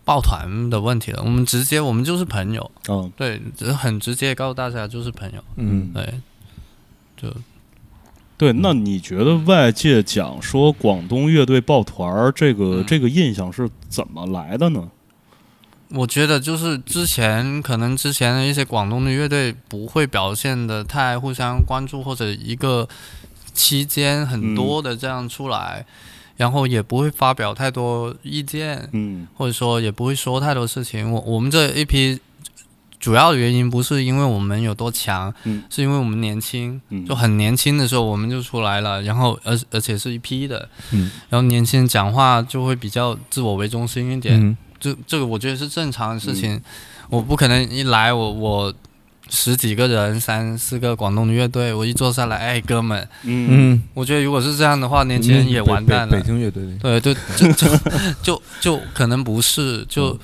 [SPEAKER 3] 抱团的问题了，我们直接我们就是朋友，
[SPEAKER 1] 嗯
[SPEAKER 3] 对，只很直接告诉大家就是朋友，
[SPEAKER 2] 嗯
[SPEAKER 3] 对，就
[SPEAKER 1] 对，那你觉得外界讲说广东乐队抱团儿这个、
[SPEAKER 3] 嗯
[SPEAKER 1] 这个印象是怎么来的呢？
[SPEAKER 3] 我觉得就是之前可能之前的一些广东的乐队不会表现的太互相关注，或者一个期间
[SPEAKER 2] 嗯
[SPEAKER 3] 很多的这样出来，然后也不会发表太多意见，
[SPEAKER 1] 嗯
[SPEAKER 3] 或者说也不会说太多事情。我我们这一批主要的原因不是因为我们有多强，
[SPEAKER 1] 嗯
[SPEAKER 3] 是因为我们年轻，
[SPEAKER 1] 嗯，
[SPEAKER 3] 就很年轻的时候我们就出来了，然后而而且是一批的，
[SPEAKER 2] 嗯
[SPEAKER 3] 然后年轻人讲话就会比较自我为中心一点。
[SPEAKER 2] 嗯
[SPEAKER 3] 这这个我觉得是正常的事情，我不可能一来我我十几个人三四个广东的乐队，我一坐下来，哎哥们，
[SPEAKER 1] 嗯
[SPEAKER 2] 嗯，
[SPEAKER 3] 我觉得如果是这样的话，年轻人也完蛋
[SPEAKER 2] 北
[SPEAKER 3] 了
[SPEAKER 2] 北。京乐队的
[SPEAKER 3] 对，就就就 就就可能不是，就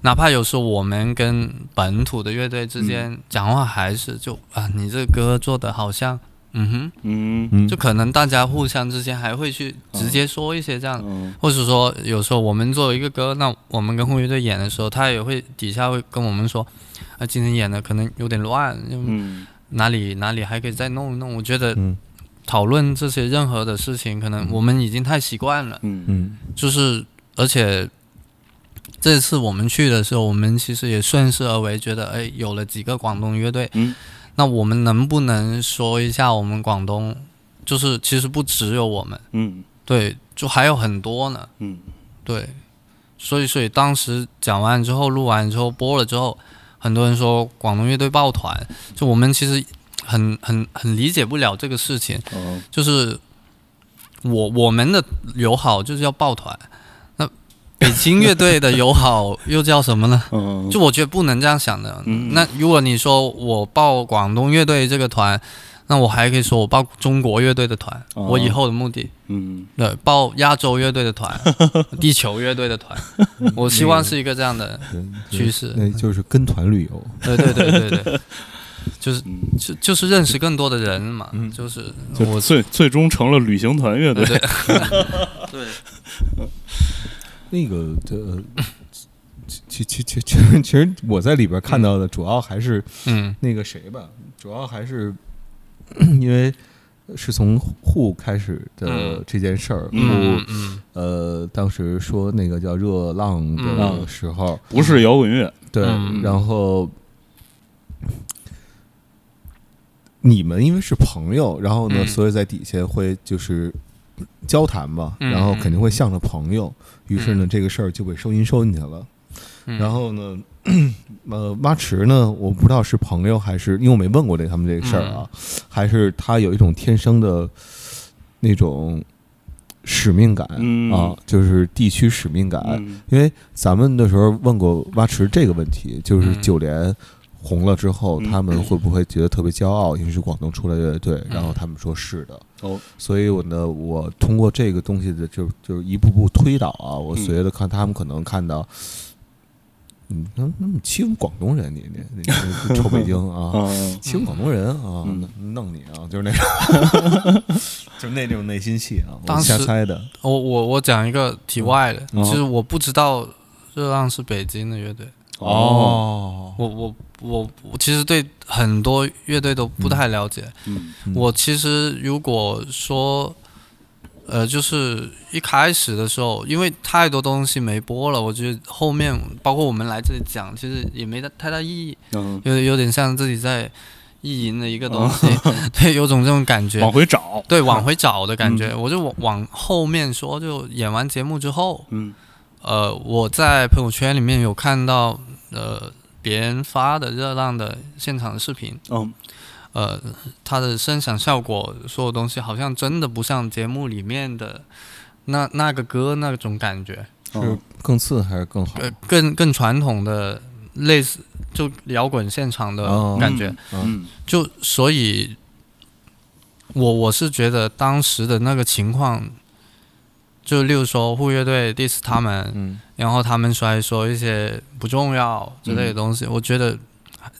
[SPEAKER 3] 哪怕有时候我们跟本土的乐队之间讲话，还是就啊，你这歌做的好像，嗯
[SPEAKER 1] 嗯
[SPEAKER 2] 嗯
[SPEAKER 3] 哼，就可能大家互相之间还会去直接说一些这样的
[SPEAKER 1] 嗯
[SPEAKER 3] 或是说有时候我们做一个歌，那我们跟护乐队演的时候，他也会底下会跟我们说，啊，今天演的可能有点乱，嗯、
[SPEAKER 1] 嗯
[SPEAKER 3] 哪里哪里还可以再弄一弄。我觉得
[SPEAKER 2] 嗯
[SPEAKER 3] 讨论这些任何的事情，可能我们已经太习惯了，
[SPEAKER 1] 嗯
[SPEAKER 2] 嗯
[SPEAKER 3] 就是而且这次我们去的时候，我们其实也顺势而为，觉得哎，有了几个广东乐队，
[SPEAKER 1] 嗯
[SPEAKER 3] 那我们能不能说一下我们广东，就是其实不只有我们，
[SPEAKER 1] 嗯
[SPEAKER 3] 对，就还有很多呢。
[SPEAKER 1] 嗯
[SPEAKER 3] 对，所以所以当时讲完之后，录完之后播了之后，很多人说广东乐队抱团，就我们其实很很很理解不了这个事情，
[SPEAKER 1] 哦
[SPEAKER 3] 就是我我们的友好就是要抱团，那北京乐队的友好又叫什么呢？
[SPEAKER 1] 嗯，
[SPEAKER 3] 就我觉得不能这样想的。
[SPEAKER 1] 嗯
[SPEAKER 3] 那如果你说我报广东乐队这个团，那我还可以说我报中国乐队的团，
[SPEAKER 1] 哦
[SPEAKER 3] 我以后的目的。
[SPEAKER 1] 嗯
[SPEAKER 3] 对，报亚洲乐队的团，地球乐队的团，我希望是一个这样的趋势。
[SPEAKER 2] 那就是跟团旅游，
[SPEAKER 3] 对对对对对，就是
[SPEAKER 1] 嗯，
[SPEAKER 3] 就就是认识更多的人嘛，
[SPEAKER 2] 嗯
[SPEAKER 3] 就是
[SPEAKER 1] 就
[SPEAKER 3] 我
[SPEAKER 1] 最最终成了旅行团乐队
[SPEAKER 3] 对。对对，
[SPEAKER 2] 那个呃，其其其其实其实我在里边看到的主要还是
[SPEAKER 3] 嗯
[SPEAKER 2] 那个谁吧，主要还是 因为是从户开始的
[SPEAKER 3] 嗯
[SPEAKER 2] 这件事儿，户、
[SPEAKER 3] 嗯嗯
[SPEAKER 2] 呃当时说那个叫热浪的
[SPEAKER 3] 嗯
[SPEAKER 2] 时候，
[SPEAKER 1] 不是摇滚 乐，
[SPEAKER 2] 对，
[SPEAKER 3] 嗯
[SPEAKER 2] 然后你们因为是朋友，然后呢，
[SPEAKER 3] 嗯
[SPEAKER 2] 所以在底下会就是交谈嘛，
[SPEAKER 3] 嗯
[SPEAKER 2] 然后肯定会向着朋友，于是呢，
[SPEAKER 3] 嗯
[SPEAKER 2] 这个事儿就被收音收进去了。
[SPEAKER 3] 嗯，
[SPEAKER 2] 然后呢，呃，妈池呢，我不知道是朋友还是因为我没问过这他们这个事儿啊，
[SPEAKER 3] 嗯
[SPEAKER 2] 还是他有一种天生的那种使命感、
[SPEAKER 1] 嗯
[SPEAKER 2] 啊，就是地区使命感。
[SPEAKER 1] 嗯
[SPEAKER 2] 因为咱们那时候问过蛙池这个问题，就是
[SPEAKER 3] 嗯
[SPEAKER 2] 九连红了之后，
[SPEAKER 1] 嗯
[SPEAKER 2] 他们会不会觉得特别骄傲，因为是广东出来的乐队？
[SPEAKER 3] 嗯
[SPEAKER 2] 然后他们说是的，
[SPEAKER 1] 哦
[SPEAKER 2] 所以我呢，我通过这个东西的就就是一步步推导啊，我
[SPEAKER 1] 嗯
[SPEAKER 2] 随着看他们可能看到，嗯，那那么欺负广东人，你你你你臭北京 啊！
[SPEAKER 1] 嗯
[SPEAKER 2] 欺负广东人啊，
[SPEAKER 1] 嗯
[SPEAKER 2] 弄你啊，就是那种， 就那种内心戏啊，我
[SPEAKER 3] 当时
[SPEAKER 2] 瞎猜的。
[SPEAKER 3] 我我我讲一个题外的，
[SPEAKER 1] 嗯
[SPEAKER 3] 其实我不知道热浪是北京的乐队，
[SPEAKER 1] 哦
[SPEAKER 3] 我我我我其实对很多乐队都不太了解。
[SPEAKER 1] 嗯
[SPEAKER 2] 嗯
[SPEAKER 3] 我其实如果说，呃，就是一开始的时候，因为太多东西没播了，我觉得后面包括我们来这里讲，其实也没大太大意义，
[SPEAKER 1] 嗯，
[SPEAKER 3] 有有点像自己在意淫的一个东西， 对，有种这种感
[SPEAKER 1] 哦往嗯
[SPEAKER 3] 觉，
[SPEAKER 1] 回找，
[SPEAKER 3] 对，往回找的感觉。我就往往后面说，就演完节目之后，
[SPEAKER 1] 嗯
[SPEAKER 3] 呃，我在朋友圈里面有看到，呃。别人发的热浪的现场视频，
[SPEAKER 1] 嗯
[SPEAKER 3] 呃，它的声响效果，所有东西好像真的不像节目里面的那那个歌那种感觉，
[SPEAKER 2] 是更次还是更好？
[SPEAKER 3] 呃，更更传统的类似就摇滚现场的
[SPEAKER 2] 哦
[SPEAKER 3] 感觉，
[SPEAKER 1] 嗯
[SPEAKER 3] 就所以，我我是觉得当时的那个情况就例如说护乐队 diss 他们，
[SPEAKER 2] 嗯
[SPEAKER 3] 然后他们说说一些不重要之
[SPEAKER 2] 嗯
[SPEAKER 3] 类的东西，我觉得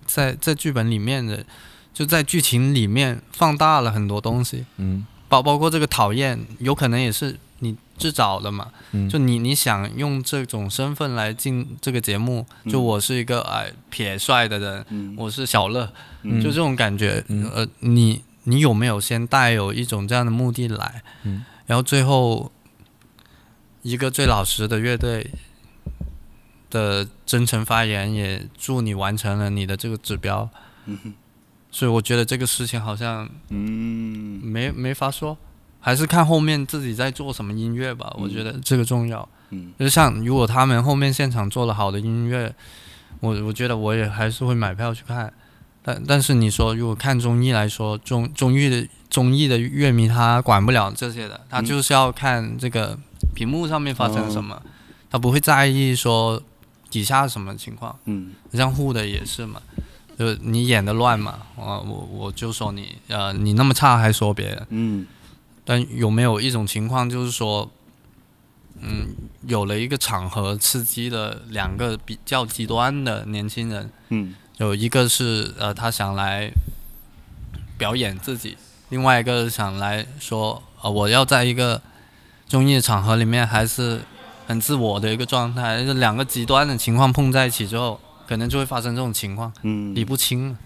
[SPEAKER 3] 在在剧本里面的，就在剧情里面放大了很多东西，
[SPEAKER 2] 嗯
[SPEAKER 3] 包包括这个讨厌，有可能也是你自找的嘛，
[SPEAKER 2] 嗯，
[SPEAKER 3] 就你你想用这种身份来进这个节目，就
[SPEAKER 1] 嗯
[SPEAKER 3] 我是一个哎撇帅的人，
[SPEAKER 1] 嗯
[SPEAKER 3] 我是小乐，
[SPEAKER 1] 嗯
[SPEAKER 3] 就这种感觉，
[SPEAKER 2] 嗯
[SPEAKER 3] 呃，你你有没有先带有一种这样的目的来，
[SPEAKER 2] 嗯
[SPEAKER 3] 然后最后一个最老实的乐队的真诚发言，也祝你完成了你的这个指标。
[SPEAKER 1] 嗯
[SPEAKER 3] 所以我觉得这个事情好像
[SPEAKER 1] 嗯
[SPEAKER 3] 没没法说，还是看后面自己在做什么音乐吧。我觉得这个重要。
[SPEAKER 1] 嗯
[SPEAKER 3] 就像如果他们后面现场做了好的音乐，我我觉得我也还是会买票去看。但但是你说，如果看综艺来说，综综艺的综艺的乐迷他管不了这些的，他
[SPEAKER 1] 嗯
[SPEAKER 3] 就是要看这个屏幕上面发生什
[SPEAKER 1] 哦
[SPEAKER 3] 么，他不会在意说底下什么情况。
[SPEAKER 1] 嗯
[SPEAKER 3] 像护的也是嘛，就是你演的乱嘛，我我我就说你呃你那么差还说别人，
[SPEAKER 1] 嗯
[SPEAKER 3] 但有没有一种情况，就是说，嗯，有了一个场合刺激了两个比较极端的年轻人，
[SPEAKER 1] 嗯
[SPEAKER 3] 有一个是呃他想来表演自己，另外一个想来说呃我要在一个综艺场合里面还是很自我的一个状态，这两个极端的情况碰在一起之后，可能就会发生这种情况，
[SPEAKER 1] 嗯，
[SPEAKER 3] 理不清了，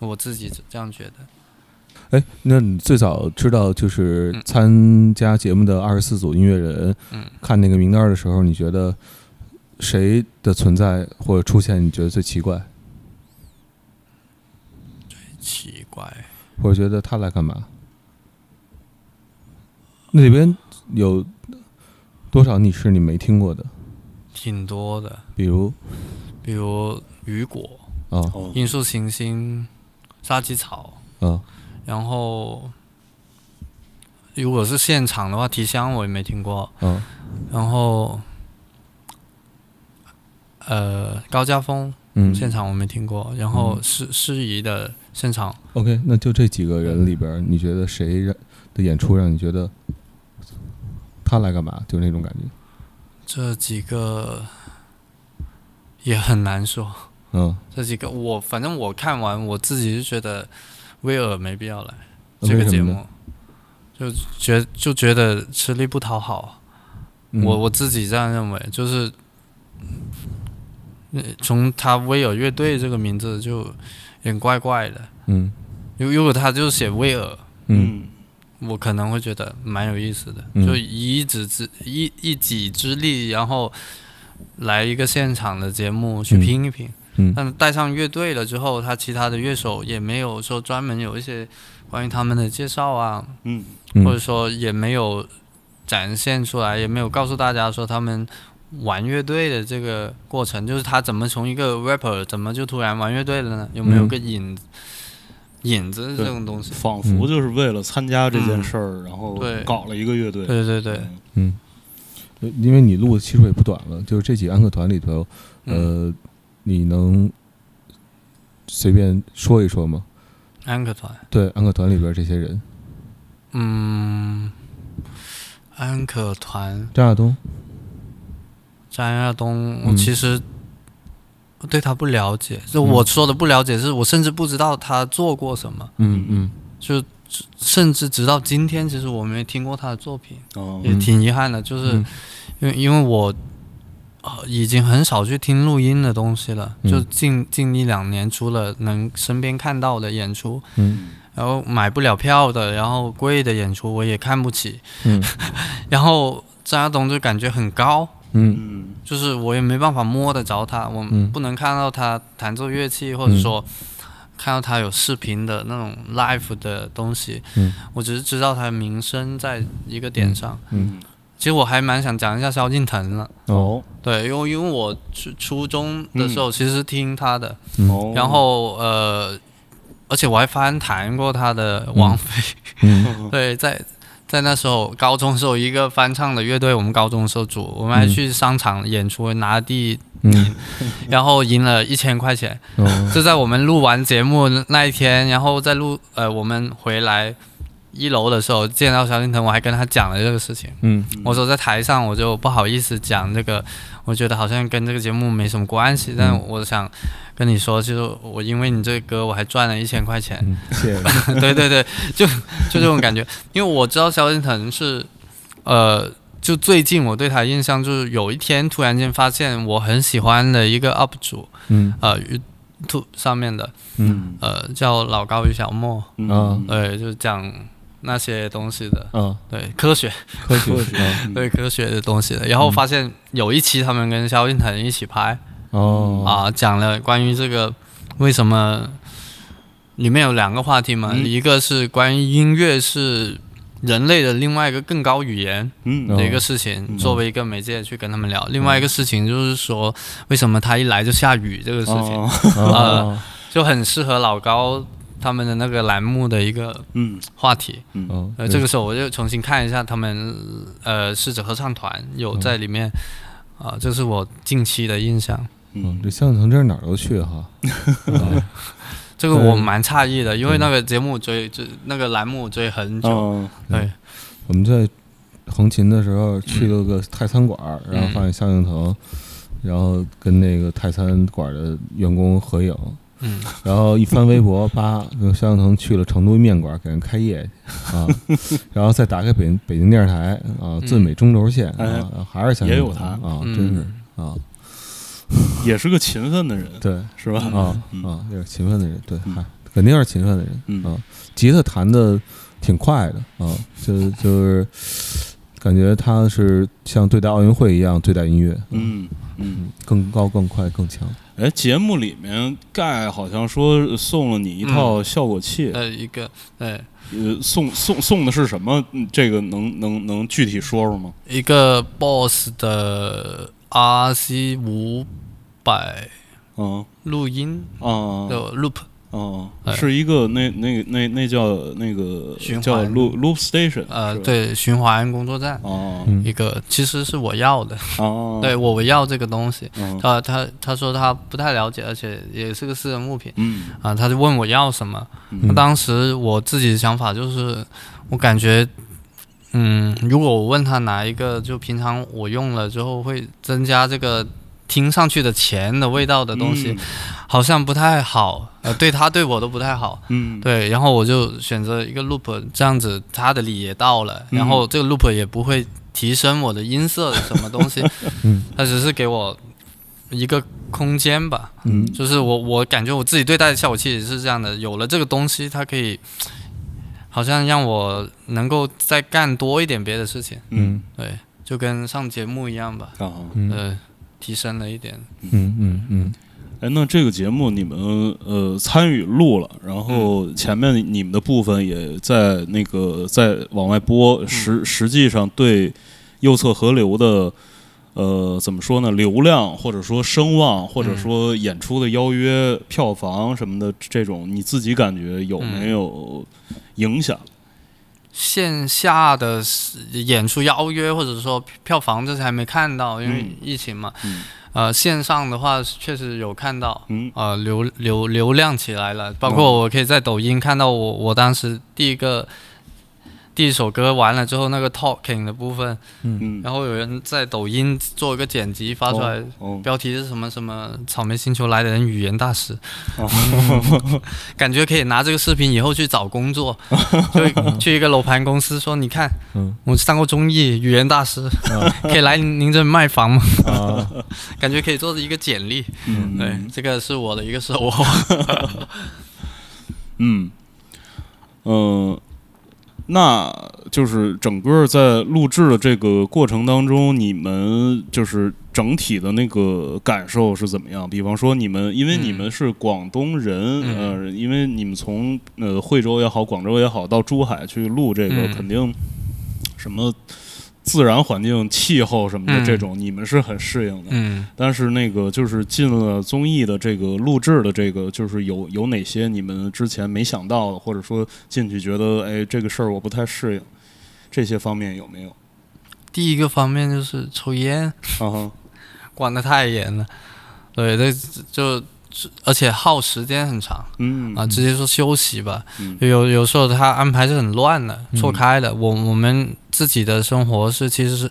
[SPEAKER 3] 我自己这样觉得。
[SPEAKER 2] 哎，那你最早知道就是
[SPEAKER 3] 嗯
[SPEAKER 2] 参加节目的二十四组音乐人，
[SPEAKER 3] 嗯
[SPEAKER 2] 看那个名单儿的时候，你觉得谁的存在或者出现你觉得最奇怪，
[SPEAKER 3] 奇怪，
[SPEAKER 2] 或者觉得他来干嘛？那里边有多少你是你没听过的？
[SPEAKER 3] 挺多的，
[SPEAKER 2] 比如
[SPEAKER 3] 比如雨果。
[SPEAKER 2] 啊啊、
[SPEAKER 1] 哦
[SPEAKER 3] 罂粟行星、沙棘草，然后如果是现场的话，提香我也没听过，
[SPEAKER 2] 啊
[SPEAKER 3] 然后呃高家峰
[SPEAKER 2] 嗯
[SPEAKER 3] 现场我没听过，然后诗诗怡的现场，
[SPEAKER 2] ，OK，那就这几个人里边儿，你觉得谁让的演出让你觉得他来干嘛？就那种感觉，
[SPEAKER 3] 这几个也很难说，
[SPEAKER 2] 嗯，
[SPEAKER 3] 这几个我反正我看完我自己就觉得威尔没必要来。
[SPEAKER 2] 啊为
[SPEAKER 3] 这个节
[SPEAKER 2] 什么呢
[SPEAKER 3] 目，就觉就觉得吃力不讨好，
[SPEAKER 2] 嗯
[SPEAKER 3] 我我自己这样认为，就是嗯从他威尔乐队这个名字就有点怪怪的，
[SPEAKER 2] 嗯
[SPEAKER 3] 如如果他就写威尔，
[SPEAKER 2] 嗯
[SPEAKER 1] 嗯
[SPEAKER 3] 我可能会觉得蛮有意思的，
[SPEAKER 2] 嗯
[SPEAKER 3] 就以一己之一一己之力，然后来一个现场的节目去
[SPEAKER 2] 嗯
[SPEAKER 3] 拼一拼。
[SPEAKER 2] 嗯
[SPEAKER 3] 但带上乐队了之后，他其他的乐手也没有说专门有一些关于他们的介绍啊，
[SPEAKER 1] 嗯
[SPEAKER 2] 嗯
[SPEAKER 3] 或者说也没有展现出来，也没有告诉大家说他们玩乐队的这个过程，就是他怎么从一个 rapper 怎么就突然玩乐队了呢？有没有
[SPEAKER 2] 嗯
[SPEAKER 3] 个引、引子这种东西？
[SPEAKER 1] 仿佛就是为了参加这件事儿，然后
[SPEAKER 3] 对
[SPEAKER 1] 搞了一个乐队。
[SPEAKER 3] 对对对，
[SPEAKER 1] 嗯
[SPEAKER 2] 嗯，呃因为你录的期数也不短了，就是这几个安可团里头，
[SPEAKER 3] 嗯，
[SPEAKER 2] 呃，你能随便说一说吗？
[SPEAKER 3] 安可团，
[SPEAKER 2] 对，安可团里边这些人，
[SPEAKER 3] 嗯，安可团，
[SPEAKER 2] 张亚东，
[SPEAKER 3] 张亚东，
[SPEAKER 2] 嗯
[SPEAKER 3] 我其实。我对他不了解，就我说的不了解，是我甚至不知道他做过什么，
[SPEAKER 2] 嗯嗯
[SPEAKER 3] 就甚至直到今天，其实我没听过他的作品。
[SPEAKER 1] 哦
[SPEAKER 3] 也挺遗憾的，就是
[SPEAKER 2] 嗯
[SPEAKER 3] 因为、因为我、呃、已经很少去听录音的东西了，
[SPEAKER 2] 嗯
[SPEAKER 3] 就近近一两年，除了能身边看到的演出，
[SPEAKER 2] 嗯
[SPEAKER 3] 然后买不了票的，然后贵的演出我也看不起，
[SPEAKER 2] 嗯
[SPEAKER 3] 然后张亚东就感觉很高。
[SPEAKER 2] 嗯
[SPEAKER 1] 嗯
[SPEAKER 3] 就是我也没办法摸得着他，我
[SPEAKER 2] 嗯
[SPEAKER 3] 不能看到他弹奏乐器，或者说看到他有视频的那种 live 的东西。
[SPEAKER 2] 嗯
[SPEAKER 3] 我只是知道他的名声在一个点上。
[SPEAKER 2] 嗯
[SPEAKER 3] 其实我还蛮想讲一下萧敬腾的，
[SPEAKER 2] 哦
[SPEAKER 3] 对，因为因为我初初中的时候其实听他的，
[SPEAKER 2] 嗯
[SPEAKER 1] 哦，
[SPEAKER 3] 然后呃，而且我还翻弹过他的王菲，
[SPEAKER 2] 嗯
[SPEAKER 3] 对，在在那时候高中时候一个翻唱的乐队，我们高中的时候组，我们还
[SPEAKER 2] 嗯
[SPEAKER 3] 去商场演出拿地，
[SPEAKER 2] 嗯
[SPEAKER 3] 然后赢了一千块钱，
[SPEAKER 2] 哦
[SPEAKER 3] 就在我们录完节目那一天，然后再录呃我们回来。一楼的时候见到萧敬腾，我还跟他讲了这个事情。
[SPEAKER 2] 嗯
[SPEAKER 3] 我说在台上我就不好意思讲这个，我觉得好像跟这个节目没什么关系，
[SPEAKER 2] 嗯
[SPEAKER 3] 但我想跟你说，就是我因为你这个歌我还赚了一千块钱，
[SPEAKER 2] 嗯，谢谢。
[SPEAKER 3] 对对对，就就这种感觉，因为我知道萧敬腾是，呃，就最近我对他的印象就是有一天突然间发现我很喜欢的一个 UP 主，
[SPEAKER 2] 嗯
[SPEAKER 3] 呃，YouTube 上面的，
[SPEAKER 2] 嗯
[SPEAKER 3] 呃，叫老高与小莫，
[SPEAKER 1] 嗯
[SPEAKER 2] 啊
[SPEAKER 3] 对，就是讲那些东西的，
[SPEAKER 2] 啊，
[SPEAKER 3] 对，科学。
[SPEAKER 2] 科学啊
[SPEAKER 1] 嗯
[SPEAKER 3] 对科学的东西的。然后发现有一期他们跟萧敬腾一起拍
[SPEAKER 2] 哦
[SPEAKER 3] 啊、讲了关于这个为什么里面有两个话题嘛，
[SPEAKER 1] 嗯
[SPEAKER 3] 一个是关于音乐是人类的另外一个更高语言
[SPEAKER 1] 嗯
[SPEAKER 2] 哦
[SPEAKER 3] 的一个事情，作为一个媒介去跟他们聊。另外一个事情就是说，为什么他一来就下雨这个事情，
[SPEAKER 1] 哦
[SPEAKER 2] 啊
[SPEAKER 3] 就很适合老高他们的那个栏目的一个
[SPEAKER 1] 嗯
[SPEAKER 3] 话题。
[SPEAKER 2] 哦
[SPEAKER 3] 呃，这个时候我就重新看一下他们呃狮子合唱团
[SPEAKER 1] 嗯
[SPEAKER 3] 有在里面，啊、这是我近期的印象。
[SPEAKER 2] 嗯，
[SPEAKER 1] 嗯
[SPEAKER 2] 这向腾真是哪儿都去 哈，啊
[SPEAKER 3] 这个
[SPEAKER 1] 嗯
[SPEAKER 3] 我蛮诧异的，因为那个节目我追追那个栏目我追很久，
[SPEAKER 1] 哦
[SPEAKER 3] 对，
[SPEAKER 2] 我们在横琴的时候去了个泰餐馆儿，
[SPEAKER 1] 嗯
[SPEAKER 2] 然后发现向敬腾，然后跟那个泰餐馆的员工 合影，
[SPEAKER 3] 嗯，
[SPEAKER 2] 然后一翻微博，叭，那个向敬腾去了成都面馆给人开业 啊，然后再打开北北京电视台啊，最美中轴线啊，还是
[SPEAKER 1] 嗯
[SPEAKER 2] 向
[SPEAKER 1] 哎也
[SPEAKER 2] 敬
[SPEAKER 1] 有
[SPEAKER 2] 腾
[SPEAKER 1] 他
[SPEAKER 2] 啊，
[SPEAKER 3] 嗯
[SPEAKER 2] 真是啊，
[SPEAKER 1] 也是个勤奋的人，
[SPEAKER 2] 对。
[SPEAKER 1] 是吧？
[SPEAKER 2] 啊
[SPEAKER 1] 嗯
[SPEAKER 2] 啊，也是勤奋的人，对，
[SPEAKER 1] 嗯
[SPEAKER 2] 嗨，肯定是勤奋的人。
[SPEAKER 1] 嗯
[SPEAKER 2] 啊，吉他弹的挺快的啊，就就是感觉他是像对待奥运会一样对待音乐，啊，
[SPEAKER 1] 嗯嗯，
[SPEAKER 2] 更高、更快、更强。
[SPEAKER 1] 哎，节目里面盖好像说送了你一套效果器，
[SPEAKER 3] 呃，一个对嗯
[SPEAKER 1] 呃，送送送的是什么？嗯这个能能能具体说说吗？
[SPEAKER 3] 一个 BOSS 的 RC 五百
[SPEAKER 1] 嗯
[SPEAKER 3] 录音
[SPEAKER 1] 啊
[SPEAKER 3] 的 loop，
[SPEAKER 1] 哦，
[SPEAKER 3] 哎
[SPEAKER 1] 是一个那那那那叫那个
[SPEAKER 3] 循环
[SPEAKER 1] 叫 loop loop station
[SPEAKER 3] 呃，
[SPEAKER 1] 是吧，
[SPEAKER 3] 对，循环工作站。
[SPEAKER 1] 哦
[SPEAKER 2] 嗯
[SPEAKER 3] 一个其实是我要的，
[SPEAKER 1] 哦，
[SPEAKER 3] 对我我要这个东西，
[SPEAKER 1] 嗯
[SPEAKER 3] 他啊他他说他不太了解，而且也是个私人物品，
[SPEAKER 1] 嗯
[SPEAKER 3] 啊，他就问我要什么。
[SPEAKER 1] 嗯
[SPEAKER 3] 那当时我自己的想法就是，我感觉，嗯，如果我问他拿一个，就平常我用了之后会增加这个听上去的钱的味道的东
[SPEAKER 1] 嗯
[SPEAKER 3] 西，，好像不太好，呃，对他对我都不太好。
[SPEAKER 1] 嗯，嗯，
[SPEAKER 3] 对，然后我就选择一个 loop，这样子他的理也到了，
[SPEAKER 1] 嗯
[SPEAKER 3] 然后这个 loop 也不会提升我的音色什么东西
[SPEAKER 2] 嗯，
[SPEAKER 3] 它只是给我一个空间吧。
[SPEAKER 2] 嗯
[SPEAKER 3] 就是我我感觉我自己对待效果器也是这样的，有了这个东西，它可以好像让我能够再干多一点别的事情，
[SPEAKER 1] 嗯
[SPEAKER 3] 对，就跟上节目一样吧，
[SPEAKER 1] 啊，
[SPEAKER 2] 嗯
[SPEAKER 3] 呃，提升了一点。
[SPEAKER 2] 嗯嗯嗯
[SPEAKER 1] 哎，那这个节目你们呃参与录了，然后前面你们的部分也在那个在往外播，实实际上对右侧河流的呃怎么说呢，流量或者说声望或者说演出的邀约、票房什么的这种，你自己感觉有没有影响？
[SPEAKER 3] 线下的演出邀约或者说票房这些还没看到，因为
[SPEAKER 1] 嗯
[SPEAKER 3] 疫情嘛，
[SPEAKER 1] 嗯
[SPEAKER 3] 呃，线上的话确实有看到，
[SPEAKER 1] 嗯
[SPEAKER 3] 啊，流流流量起来了，包括我可以在抖音看到我我当时第一个第一首歌完了之后那个 talking 的部分，
[SPEAKER 1] 嗯，
[SPEAKER 3] 然后有人在抖音做一个剪辑发出来，
[SPEAKER 1] 哦，
[SPEAKER 3] 标题是什么什么“草莓星球来的人语言大师”，嗯
[SPEAKER 1] 哦
[SPEAKER 3] 感觉可以拿这个视频以后去找 工作，就去一个楼盘公司说：“你看，
[SPEAKER 2] 嗯
[SPEAKER 3] 我上过综艺，语言大师，
[SPEAKER 1] 哦
[SPEAKER 2] 啊
[SPEAKER 3] 可以来您这卖房吗
[SPEAKER 2] 啊，？”
[SPEAKER 3] 感觉可以做一个简历，
[SPEAKER 1] 嗯
[SPEAKER 3] 对，这个是我的一个收获。
[SPEAKER 1] 嗯，呃，那就是整个在录制的这个过程当中，你们就是整体的那个感受是怎么样？比方说，你们因为
[SPEAKER 3] 嗯
[SPEAKER 1] 你们是广东人，
[SPEAKER 3] 嗯
[SPEAKER 1] 呃，因为你们从呃惠州也好，广州也好，到珠海去录这个，
[SPEAKER 3] 嗯
[SPEAKER 1] 肯定什么。自然环境、气候什么的
[SPEAKER 3] 嗯
[SPEAKER 1] 这种，你们是很适应的。
[SPEAKER 3] 嗯
[SPEAKER 1] 但是那个就是进了综艺的这个录制的这个，就是有有哪些你们之前没想到的，或者说进去觉得哎这个事儿我不太适应，这些方面有没有？
[SPEAKER 3] 第一个方面就是抽烟
[SPEAKER 1] 啊哈，
[SPEAKER 3] 管得太严了，对，这就而且耗时间很长
[SPEAKER 1] 嗯
[SPEAKER 3] 啊，直接说休息吧。
[SPEAKER 1] 嗯
[SPEAKER 3] 有有时候他安排是很乱的，
[SPEAKER 2] 嗯
[SPEAKER 3] 错开的。我我们自己的生活是其实是，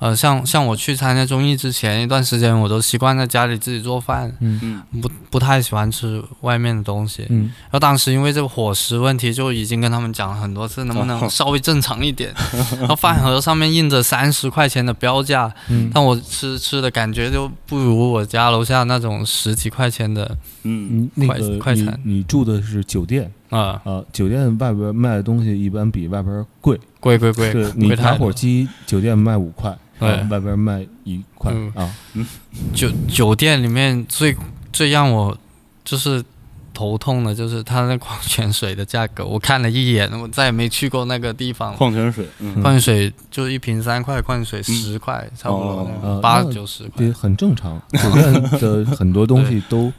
[SPEAKER 3] 呃，像像我去参加综艺之前一段时间，我都习惯在家里自己做饭，
[SPEAKER 1] 嗯
[SPEAKER 3] 不不太喜欢吃外面的东西。
[SPEAKER 2] 嗯，
[SPEAKER 3] 然后当时因为这个伙食问题，就已经跟他们讲了很多次，能不
[SPEAKER 1] 哦
[SPEAKER 3] 能稍微正常 一点。然后饭盒上面印着三十块钱的标价，
[SPEAKER 2] 嗯
[SPEAKER 3] 但我吃吃的感觉就不如我家楼下那种十几块钱的
[SPEAKER 1] 嗯
[SPEAKER 2] 你那
[SPEAKER 3] 快
[SPEAKER 2] 个
[SPEAKER 3] 快
[SPEAKER 2] 你
[SPEAKER 3] 餐
[SPEAKER 2] 你住的是酒店
[SPEAKER 3] 啊、
[SPEAKER 2] 啊，酒店外边卖的东西一般比外边贵，
[SPEAKER 3] 贵贵贵
[SPEAKER 2] 对，你
[SPEAKER 3] 贵
[SPEAKER 2] 打
[SPEAKER 3] 太
[SPEAKER 2] 火
[SPEAKER 3] 多。
[SPEAKER 2] 机酒店卖五块，
[SPEAKER 3] 对
[SPEAKER 2] 啊外边卖一块
[SPEAKER 3] 嗯
[SPEAKER 2] 啊，
[SPEAKER 3] 酒酒店里面最最让我就是头痛的就是它那矿泉水的价格，我看了一眼，我再也没去过那个地方了。
[SPEAKER 1] 矿泉水，嗯
[SPEAKER 3] 矿泉水就一瓶三块，矿泉水十块，差不
[SPEAKER 1] 哦
[SPEAKER 3] 多那
[SPEAKER 2] 呃
[SPEAKER 3] 个八
[SPEAKER 2] 那
[SPEAKER 3] 九十块
[SPEAKER 2] 这。很正常。酒店的很多东西都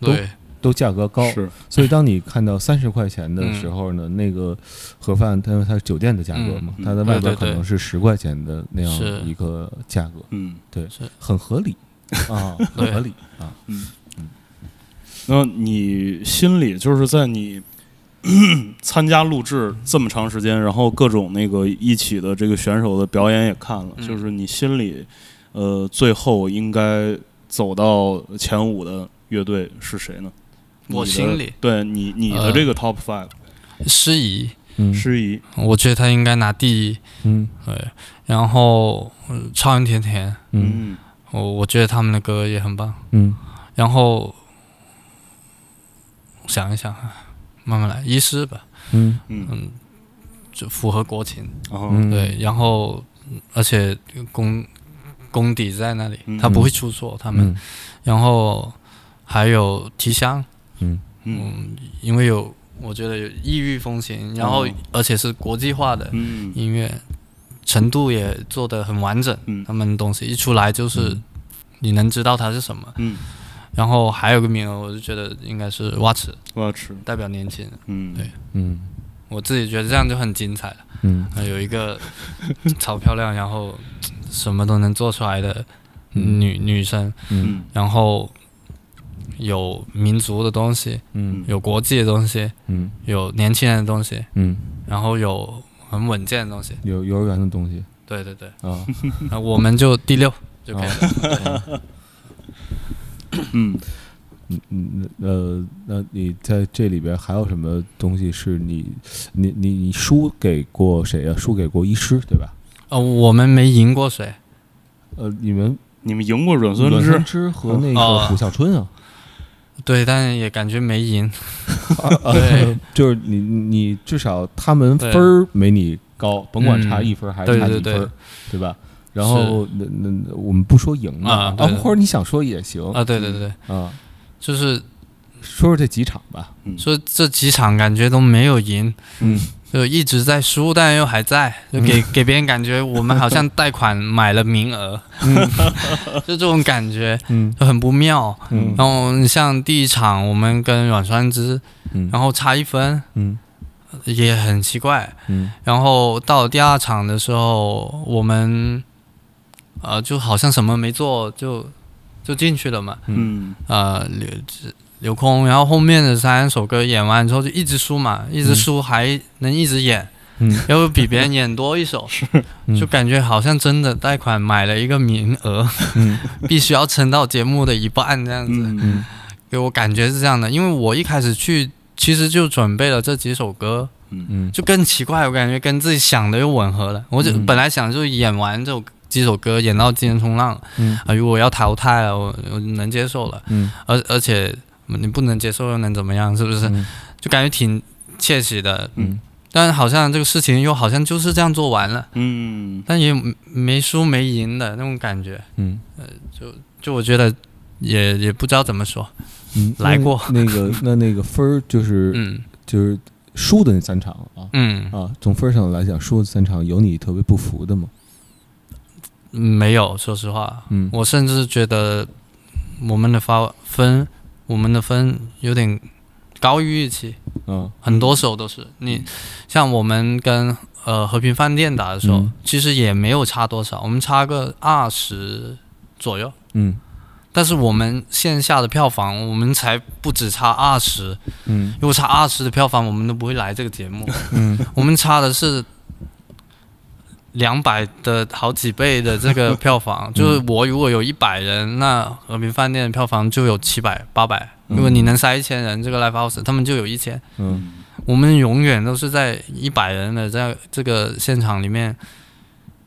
[SPEAKER 2] 都
[SPEAKER 3] 对，
[SPEAKER 2] 都价格高，
[SPEAKER 1] 是
[SPEAKER 2] 所以当你看到三十块钱的时候呢，那个盒饭，它因为它是酒店的价格嘛，
[SPEAKER 1] 嗯嗯
[SPEAKER 2] 它在外边
[SPEAKER 3] 对对
[SPEAKER 2] 可
[SPEAKER 3] 对
[SPEAKER 2] 能是十块钱的那
[SPEAKER 3] 是
[SPEAKER 2] 样一个价格，
[SPEAKER 1] 嗯。
[SPEAKER 2] 对
[SPEAKER 3] 是，
[SPEAKER 2] 很合理啊，很
[SPEAKER 3] 对
[SPEAKER 2] 合理啊。
[SPEAKER 1] 那你心里就是在你 参加录制这么长时间，然后各种那个一起的这个选手的表演也看了，
[SPEAKER 3] 嗯
[SPEAKER 1] 就是你心里呃最后应该走到前五的乐队是谁呢？
[SPEAKER 3] 我
[SPEAKER 1] 你的
[SPEAKER 3] 心里
[SPEAKER 1] 对你你的
[SPEAKER 3] 呃
[SPEAKER 1] 这个 top five
[SPEAKER 3] 失仪，
[SPEAKER 2] 嗯
[SPEAKER 1] 师仪，
[SPEAKER 3] 我觉得他应该拿第一。
[SPEAKER 2] 嗯
[SPEAKER 3] 对，然后呃超人甜甜，
[SPEAKER 2] 嗯
[SPEAKER 1] 嗯
[SPEAKER 3] 我我觉得他们的歌也很棒。
[SPEAKER 2] 嗯
[SPEAKER 3] 然后想一想啊，慢慢来，医师吧，
[SPEAKER 2] 嗯
[SPEAKER 1] 嗯，啊
[SPEAKER 3] 嗯，就符合国情。
[SPEAKER 1] 然后
[SPEAKER 2] 嗯，
[SPEAKER 3] 对，然后嗯而且功功底在那里
[SPEAKER 1] 嗯，
[SPEAKER 3] 他不会出错，他们。
[SPEAKER 2] 嗯
[SPEAKER 3] 然后还有提香，
[SPEAKER 2] 嗯
[SPEAKER 1] 嗯
[SPEAKER 3] 嗯，因为有我觉得有异域风情，然后
[SPEAKER 1] 哦
[SPEAKER 3] 而且是国际化的
[SPEAKER 1] 嗯
[SPEAKER 3] 音乐，程度也做得很完整。
[SPEAKER 1] 嗯
[SPEAKER 3] 他们东西一出来就是你能知道它是什么。
[SPEAKER 1] 嗯，
[SPEAKER 3] 然后还有个名额，我就觉得应该是蛙池，
[SPEAKER 1] 我要吃，
[SPEAKER 3] 代表年轻人。
[SPEAKER 1] 嗯
[SPEAKER 3] 对
[SPEAKER 2] 嗯
[SPEAKER 3] 我自己觉得这样就很精彩了，
[SPEAKER 2] 嗯
[SPEAKER 3] 啊有一个超漂亮，然后什么都能做出来的
[SPEAKER 2] 嗯
[SPEAKER 3] 女女生，
[SPEAKER 2] 嗯
[SPEAKER 1] 嗯
[SPEAKER 3] 然后有民族的东西，
[SPEAKER 2] 嗯
[SPEAKER 3] 有国际的东西，
[SPEAKER 2] 嗯
[SPEAKER 3] 有年轻人的东西，
[SPEAKER 2] 嗯，
[SPEAKER 3] 然后有很稳健的东西。
[SPEAKER 2] 有幼儿园的东西
[SPEAKER 3] 对对对，
[SPEAKER 2] 啊，
[SPEAKER 3] 那我们就第六就可以了。
[SPEAKER 1] 嗯
[SPEAKER 2] 嗯嗯呃，那你在这里边还有什么东西是你你你你输给过谁呀、输给过医师对吧？
[SPEAKER 3] 呃，我们没赢过谁？
[SPEAKER 2] 呃，你们
[SPEAKER 1] 你们赢过阮孙
[SPEAKER 2] 阮
[SPEAKER 1] 之
[SPEAKER 2] 春，之和那个
[SPEAKER 3] 哦
[SPEAKER 2] 虎啸春啊，
[SPEAKER 3] 对，但也感觉没赢。
[SPEAKER 2] 啊
[SPEAKER 3] 对，
[SPEAKER 2] 就是你你至少他们分儿没你高，甭管差一分还是
[SPEAKER 3] 嗯对
[SPEAKER 2] 差几
[SPEAKER 3] 对
[SPEAKER 2] 分儿
[SPEAKER 3] 对，
[SPEAKER 2] 对吧？然后那那那我们不说赢嘛，
[SPEAKER 3] 啊对对
[SPEAKER 2] 或者你想说也行
[SPEAKER 3] 啊，对对对，
[SPEAKER 2] 啊，
[SPEAKER 3] 就是
[SPEAKER 2] 说说这几场吧，
[SPEAKER 3] 说这几场感觉都没有赢，
[SPEAKER 2] 嗯，
[SPEAKER 3] 就一直在输，但又还在，就给、给别人感觉我们好像贷款买了名额， 就这种感觉
[SPEAKER 2] 嗯
[SPEAKER 3] 就很不妙。
[SPEAKER 2] 嗯
[SPEAKER 3] 然后你像第一场我们跟阮酸枝，
[SPEAKER 2] 嗯
[SPEAKER 3] 然后差一分
[SPEAKER 2] 嗯
[SPEAKER 3] 也很奇怪，
[SPEAKER 2] 嗯
[SPEAKER 3] 然后到了第二场的时候，我们呃就好像什么没做就就进去了嘛，
[SPEAKER 1] 嗯
[SPEAKER 3] 呃留留空，然后后面的三首歌演完之后就一直输嘛，一直输还能一直演，
[SPEAKER 2] 嗯
[SPEAKER 3] 要不比别人演多一 首，就感觉好像真的贷款买了一个名额，
[SPEAKER 2] 嗯
[SPEAKER 3] 必须要撑到节目的一半这样子，
[SPEAKER 1] 嗯
[SPEAKER 2] 嗯
[SPEAKER 3] 给我感觉是这样的。因为我一开始去其实就准备了这几首歌，
[SPEAKER 2] 嗯
[SPEAKER 3] 就更奇怪，我感觉跟自己想的又吻合了。我就
[SPEAKER 2] 嗯
[SPEAKER 3] 本来想就演完这首几首歌，演到今天冲浪，
[SPEAKER 2] 嗯
[SPEAKER 3] 啊，如果要淘汰了，我我能接受了。
[SPEAKER 2] 嗯
[SPEAKER 3] 而而且你不能接受又能怎么样？是不是？
[SPEAKER 2] 嗯
[SPEAKER 3] 就感觉挺窃喜的，
[SPEAKER 2] 嗯
[SPEAKER 3] 但好像这个事情又好像就是这样做完了，
[SPEAKER 1] 嗯
[SPEAKER 3] 但也没没输没赢的那种感觉，
[SPEAKER 2] 嗯
[SPEAKER 3] 就我觉得也也不知道怎么说，
[SPEAKER 2] 嗯，
[SPEAKER 3] 来过
[SPEAKER 2] 那那个那那个分儿就是
[SPEAKER 3] 嗯
[SPEAKER 2] 就是输的那三场啊
[SPEAKER 3] 嗯
[SPEAKER 2] 啊，从分儿上来讲，输的三场有你特别不服的吗？
[SPEAKER 3] 没有，说实话，
[SPEAKER 2] 嗯
[SPEAKER 3] 我甚至觉得我们的发分，我们的分有点高于预期，
[SPEAKER 2] 啊
[SPEAKER 3] 很多时候都是你像我们跟呃和平饭店打的时候，
[SPEAKER 2] 嗯
[SPEAKER 3] 其实也没有差多少，我们差个二十左右。
[SPEAKER 2] 嗯
[SPEAKER 3] 但是我们线下的票房，我们才不止差二十，
[SPEAKER 2] 嗯
[SPEAKER 3] 如果差二十的票房，我们都不会来这个节目。
[SPEAKER 2] 嗯，
[SPEAKER 3] 我们差的是两百的好几倍的这个票
[SPEAKER 2] 嗯
[SPEAKER 3] 房，就是我如果有一百人，那和平饭店票房就有七百、八百。如果你能塞一千人，这个 Live House 他们就有一千。
[SPEAKER 2] 嗯
[SPEAKER 3] 我们永远都是在一百人的在这个现场里面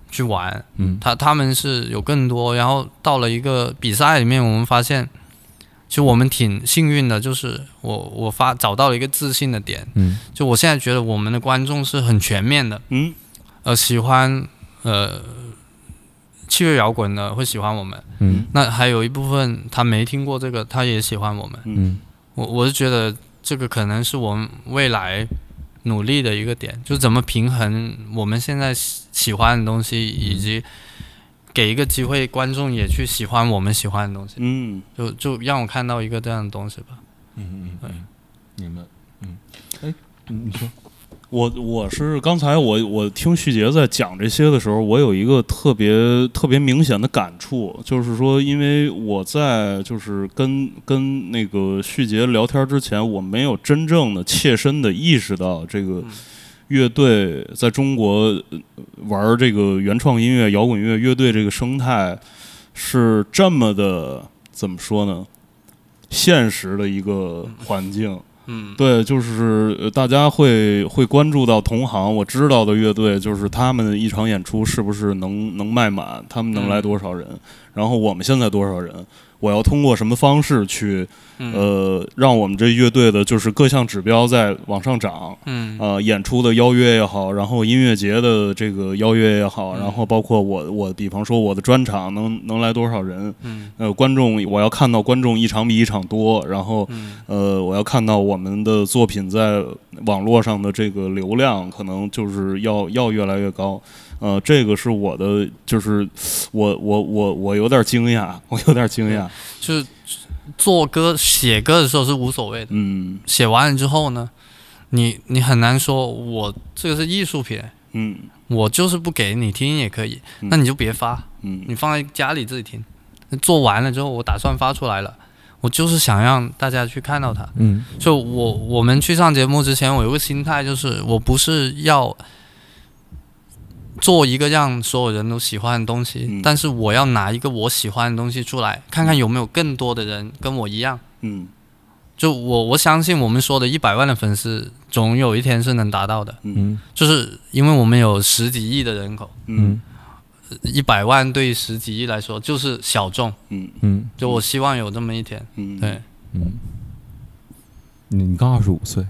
[SPEAKER 3] 去玩，
[SPEAKER 2] 嗯
[SPEAKER 3] 他他们是有更多。然后到了一个比赛里面，我们发现，其实我们挺幸运的，就是我我发找到了一个自信的点，
[SPEAKER 2] 嗯
[SPEAKER 3] 就我现在觉得我们的观众是很全面的，
[SPEAKER 1] 嗯
[SPEAKER 3] 呃，喜欢呃器乐摇滚的会喜欢我们，
[SPEAKER 2] 嗯
[SPEAKER 3] 那还有一部分他没听过这个，他也喜欢我们。
[SPEAKER 2] 嗯
[SPEAKER 3] 我我是觉得这个可能是我们未来努力的一个点，就是怎么平衡我们现在喜喜欢的东西，以及
[SPEAKER 2] 嗯
[SPEAKER 3] 给一个机会观众也去喜欢我们喜欢的东西，
[SPEAKER 1] 嗯，
[SPEAKER 3] 就就让我看到一个这样的东西吧。
[SPEAKER 2] 嗯嗯，明白。嗯，哎，你说，
[SPEAKER 1] 我我是刚才我我听旭杰在讲这些的时候，我有一个特别特别明显的感触，就是说，因为我在就是跟跟那个旭杰聊天之前，我没有真正的切身的意识到这个乐队在中国呃玩这个原创音乐、摇滚乐乐队这个生态是这么的怎么说呢？现实的一个环境，
[SPEAKER 3] 嗯
[SPEAKER 1] 对，就是呃大家会会关注到同行，我知道的乐队就是他们一场演出是不是能能卖满，他们能来多少人，然后我们现在多少人，我要通过什么方式去
[SPEAKER 3] 嗯
[SPEAKER 1] 呃让我们这乐队的就是各项指标在往上涨。
[SPEAKER 3] 嗯
[SPEAKER 1] 呃，演出的邀约也好，然后音乐节的这个邀约也好，
[SPEAKER 3] 嗯
[SPEAKER 1] 然后包括我我比方说我的专场能能来多少人，
[SPEAKER 3] 嗯
[SPEAKER 1] 呃，观众我要看到观众一场比一场多，然后
[SPEAKER 3] 嗯
[SPEAKER 1] 呃，我要看到我们的作品在网络上的这个流量，可能就是要要越来越高。呃，这个是我的，就是我我我我有点惊讶，我有点惊讶。
[SPEAKER 3] 就是做歌写歌的时候是无所谓的，
[SPEAKER 1] 嗯
[SPEAKER 3] 写完了之后呢，你你很难说我这个是艺术品，
[SPEAKER 1] 嗯
[SPEAKER 3] 我就是不给你听也可以，
[SPEAKER 1] 嗯
[SPEAKER 3] 那你就别发。
[SPEAKER 1] 嗯
[SPEAKER 3] 你放在家里自己听。做完了之后，我打算发出来了，我就是想让大家去看到它。
[SPEAKER 2] 嗯
[SPEAKER 3] 就我我们去上节目之前，我有个心态，就是我不是要做一个让所有人都喜欢的东西，
[SPEAKER 1] 嗯
[SPEAKER 3] 但是我要拿一个我喜欢的东西出来，看看有没有更多的人跟我一样。
[SPEAKER 1] 嗯
[SPEAKER 3] 就我我相信我们说的一百万的粉丝，总有一天是能达到的，
[SPEAKER 1] 嗯
[SPEAKER 2] 嗯
[SPEAKER 3] 就是因为我们有十几亿的人口，
[SPEAKER 1] 嗯
[SPEAKER 3] 一百万对于十几亿来说就是小众。
[SPEAKER 1] 嗯
[SPEAKER 2] 嗯
[SPEAKER 3] 就我希望有这么一天。
[SPEAKER 1] 嗯，
[SPEAKER 3] 对，
[SPEAKER 2] 嗯，你你刚二十五岁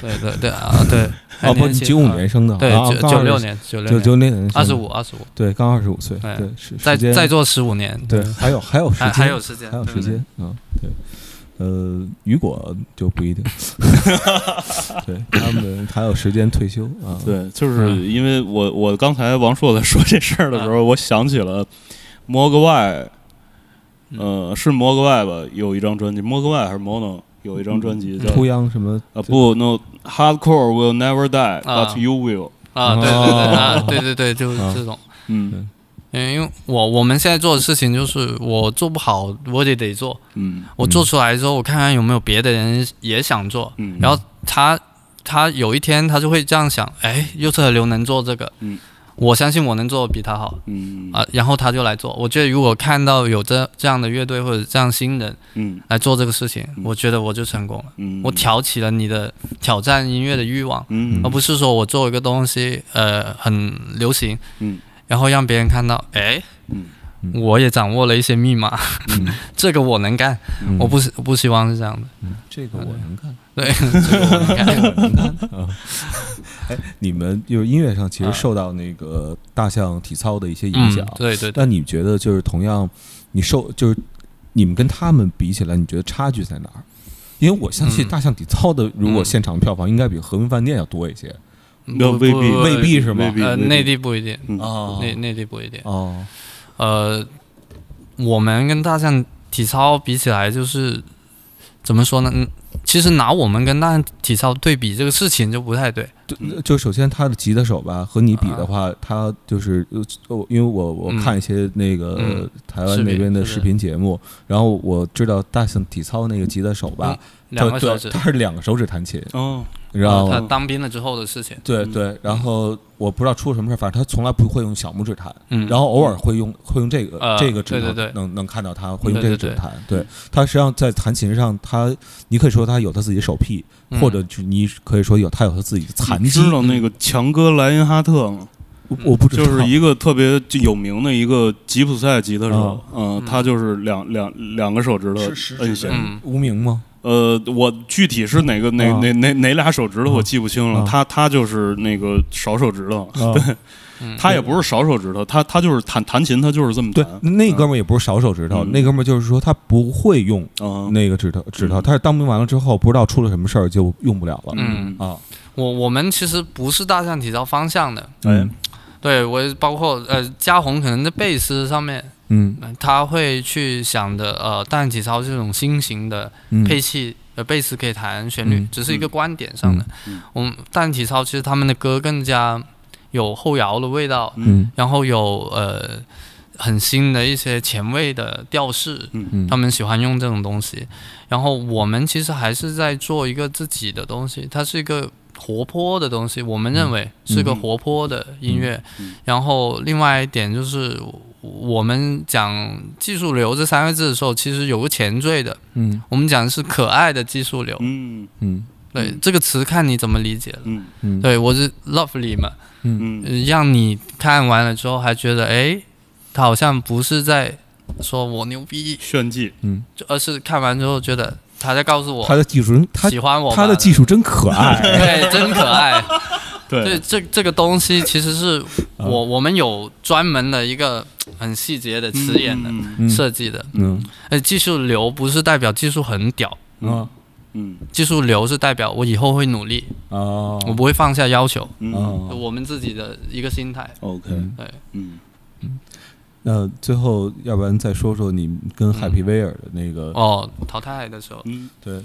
[SPEAKER 3] 对对对啊， 对，
[SPEAKER 2] 啊？
[SPEAKER 3] 还
[SPEAKER 2] 不，
[SPEAKER 3] 年
[SPEAKER 2] 你
[SPEAKER 3] 轻
[SPEAKER 2] 九五年生的，
[SPEAKER 3] 对
[SPEAKER 2] 啊
[SPEAKER 3] 九九六，年，九
[SPEAKER 2] 刚二十九
[SPEAKER 3] 六年，
[SPEAKER 2] 九六年，
[SPEAKER 3] 二十五，，二十五，
[SPEAKER 2] 对，刚二十五岁，
[SPEAKER 3] 对
[SPEAKER 2] 对，是
[SPEAKER 3] 再
[SPEAKER 2] 时间
[SPEAKER 3] 再做十五年，
[SPEAKER 2] 对，还 有还有时
[SPEAKER 3] 还
[SPEAKER 2] 间，
[SPEAKER 3] 还有时间，嗯
[SPEAKER 2] 还有
[SPEAKER 3] 对
[SPEAKER 2] 时，间啊，对，呃，雨果就不 一定，对他们还有时间退休啊，，
[SPEAKER 1] 对，就是因为我我刚才王硕在说这事儿的时候，我想起了摩格外，呃，是摩格外吧？有一张专辑，摩格外还是 Mono 有一张专辑叫
[SPEAKER 2] 秃央什么
[SPEAKER 1] 啊不，no hardcore will never die,
[SPEAKER 3] 啊
[SPEAKER 1] but you will。
[SPEAKER 3] 对啊，对对对
[SPEAKER 2] 哦
[SPEAKER 3] 啊，对对对，就是
[SPEAKER 2] 啊
[SPEAKER 3] 这种。
[SPEAKER 1] 嗯
[SPEAKER 3] 嗯，因为我我们现在做的事情就是，我做不好我也得做，
[SPEAKER 1] 嗯
[SPEAKER 3] 我做出来之后，我看看有没有别的人也想做，
[SPEAKER 1] 嗯，
[SPEAKER 3] 然后他他有一天他就会这样想，哎，右侧河流能做这个，
[SPEAKER 1] 嗯，
[SPEAKER 3] 我相信我能做的比他好，
[SPEAKER 1] 嗯
[SPEAKER 3] 啊，然后他就来做。我觉得如果看到有这这样的乐队或者这样新人
[SPEAKER 1] 嗯
[SPEAKER 3] 来做这个事情，
[SPEAKER 1] 嗯
[SPEAKER 3] 我觉得我就成功了。
[SPEAKER 1] 嗯，
[SPEAKER 3] 我挑起了你的挑战音乐的欲望，
[SPEAKER 1] 嗯
[SPEAKER 3] 而不是说我做一个东西，呃，很流行，
[SPEAKER 1] 嗯
[SPEAKER 3] 然后让别人看到，哎，
[SPEAKER 1] 嗯
[SPEAKER 3] 我也掌握了一些密码，
[SPEAKER 1] 嗯
[SPEAKER 3] 这个我能干。
[SPEAKER 2] 嗯
[SPEAKER 3] 我不是不希望是这样的，
[SPEAKER 2] 这个我能看，
[SPEAKER 3] 对，嗯 这个我能干。
[SPEAKER 2] 我能看啊。哎，你们就是音乐上其实受到那个大象体操的一些影响
[SPEAKER 1] 啊
[SPEAKER 3] 嗯，，对对对。
[SPEAKER 2] 但你觉得就是同样，你受就是你们跟他们比起来，你觉得差距在哪儿？因为我相信
[SPEAKER 3] 嗯
[SPEAKER 2] 大象体操的如果
[SPEAKER 3] 嗯
[SPEAKER 2] 现场票房应该比和平饭店要多一些
[SPEAKER 1] 那
[SPEAKER 3] 不
[SPEAKER 1] 未必
[SPEAKER 3] 不
[SPEAKER 2] 未必是吗
[SPEAKER 1] 未必
[SPEAKER 3] 呃，
[SPEAKER 1] 未必
[SPEAKER 3] 内地不一定，
[SPEAKER 2] 哦
[SPEAKER 3] 内内地不一定。
[SPEAKER 2] 哦，
[SPEAKER 3] 呃，我们跟大象体操比起来，就是怎么说呢？嗯，其实拿我们跟大体操对比这个事情就不太对。
[SPEAKER 2] 就就首先他的吉他手吧，和你比的话，他就是呃，因为我我
[SPEAKER 3] 啊嗯
[SPEAKER 2] 看一些那个
[SPEAKER 3] 嗯
[SPEAKER 2] 台湾
[SPEAKER 3] 视
[SPEAKER 2] 那
[SPEAKER 3] 频
[SPEAKER 2] 边的
[SPEAKER 3] 是
[SPEAKER 2] 视
[SPEAKER 3] 的
[SPEAKER 2] 频节目，然后我知道大象体操那个吉他手吧，他
[SPEAKER 3] 嗯两个小
[SPEAKER 2] 对
[SPEAKER 3] 时，
[SPEAKER 2] 他是两个手指弹琴，
[SPEAKER 1] 哦，
[SPEAKER 2] 你知道
[SPEAKER 3] 他
[SPEAKER 2] 吗？
[SPEAKER 3] 当兵了之后的事情。
[SPEAKER 2] 对
[SPEAKER 1] 嗯
[SPEAKER 2] 对，然后我不知道出了什么事儿，反正他从来不会用小拇指弹，
[SPEAKER 3] 嗯，
[SPEAKER 2] 然后偶尔会用会用这个、
[SPEAKER 3] 呃
[SPEAKER 2] 这个指头，
[SPEAKER 3] 对对对
[SPEAKER 2] 能能看到他会用这个
[SPEAKER 3] 对对嗯
[SPEAKER 2] 指
[SPEAKER 3] 对
[SPEAKER 2] 弹。对他实际上在弹琴上，他你可以说他有他自己的手癖，
[SPEAKER 3] 嗯
[SPEAKER 2] 或者是你可以说有他有他自己的残
[SPEAKER 1] 你
[SPEAKER 2] 疾
[SPEAKER 1] 知。道那个强哥莱因哈特吗？
[SPEAKER 2] 我我不知道，
[SPEAKER 1] 就是一个特别有名的一个吉普赛吉他手，
[SPEAKER 2] 啊
[SPEAKER 1] 嗯
[SPEAKER 3] 嗯，
[SPEAKER 1] 他就是两两两个手指头摁弦
[SPEAKER 3] 的，嗯
[SPEAKER 2] 无名吗？
[SPEAKER 1] 呃，我具体是哪个哪
[SPEAKER 2] 啊
[SPEAKER 1] 哪哪哪俩手指头我记不清
[SPEAKER 2] 啊
[SPEAKER 1] 了，他他就是那个少手指头，
[SPEAKER 2] 啊，
[SPEAKER 3] 嗯
[SPEAKER 1] 他也不是少手指头，他他就是弹弹琴，他就是这么
[SPEAKER 2] 对
[SPEAKER 1] 弹，，
[SPEAKER 2] 那哥们儿也不是少手指头，
[SPEAKER 1] 啊嗯
[SPEAKER 2] 那哥们儿就是说他不会用
[SPEAKER 1] 嗯，
[SPEAKER 2] 那个指头指头，
[SPEAKER 1] 嗯
[SPEAKER 2] 他是当兵完了之后不知道出了什么事儿就用不了了。
[SPEAKER 3] 嗯
[SPEAKER 2] 啊，
[SPEAKER 3] 我我们其实不是大象体操方向的，
[SPEAKER 1] 哎，
[SPEAKER 3] 对我包括呃嘉宏可能在贝斯上面，
[SPEAKER 2] 嗯
[SPEAKER 3] 呃他会去想的呃大象体操这种新型的
[SPEAKER 2] 嗯，
[SPEAKER 3] 配器，呃贝斯可以弹旋律
[SPEAKER 2] 嗯，
[SPEAKER 3] 只是一个观点上的
[SPEAKER 1] 嗯嗯。
[SPEAKER 3] 我们大象体操其实他们的歌更加有后摇的味道，
[SPEAKER 2] 嗯
[SPEAKER 3] 然后有呃很新的一些前卫的调式，
[SPEAKER 2] 嗯，
[SPEAKER 3] 他们喜欢用这种东西。然后我们其实还是在做一个自己的东西，它是一个活泼的东西，我们认为是个
[SPEAKER 1] 嗯
[SPEAKER 3] 活泼的音乐。
[SPEAKER 1] 嗯嗯
[SPEAKER 3] 然后另外一点就是，我们讲技术流这三个字的时候，其实有个前缀的，
[SPEAKER 2] 嗯
[SPEAKER 3] 我们讲的是可爱的技术流。
[SPEAKER 1] 嗯
[SPEAKER 2] 嗯
[SPEAKER 3] 对这个词，看你怎么理解了。
[SPEAKER 1] 嗯
[SPEAKER 2] 嗯，
[SPEAKER 3] 对我是 lovely 嘛，
[SPEAKER 1] 嗯，
[SPEAKER 3] 呃让你看完了之后还觉得，哎，他好像不是在说我牛逼，
[SPEAKER 1] 炫技，
[SPEAKER 2] 嗯，
[SPEAKER 3] 就而是看完之后觉得他在告诉
[SPEAKER 2] 他
[SPEAKER 3] 我
[SPEAKER 2] 的技术人他
[SPEAKER 3] 喜欢我吧，
[SPEAKER 2] 他的技术真可 爱。
[SPEAKER 3] 对真 可爱。对
[SPEAKER 1] 对，嗯
[SPEAKER 3] 这这个东西其实是
[SPEAKER 2] 啊
[SPEAKER 3] 我我们有专门的一个很细节的词眼的
[SPEAKER 1] 嗯
[SPEAKER 2] 嗯
[SPEAKER 3] 设计的。
[SPEAKER 2] 嗯
[SPEAKER 3] 呃，技术流不是代表技术很屌，
[SPEAKER 2] 啊
[SPEAKER 1] 嗯
[SPEAKER 3] 技术流是代表我以后会努力，
[SPEAKER 2] 啊
[SPEAKER 3] 我不会放下要求，
[SPEAKER 1] 嗯
[SPEAKER 2] 啊！
[SPEAKER 3] 我们自己的一个心态。
[SPEAKER 1] ，OK，
[SPEAKER 3] 对，
[SPEAKER 1] 嗯，
[SPEAKER 2] 那最后，要不然再说说你跟 Happy 威尔的那个
[SPEAKER 3] 哦，淘汰的时候，
[SPEAKER 1] 嗯
[SPEAKER 2] 对，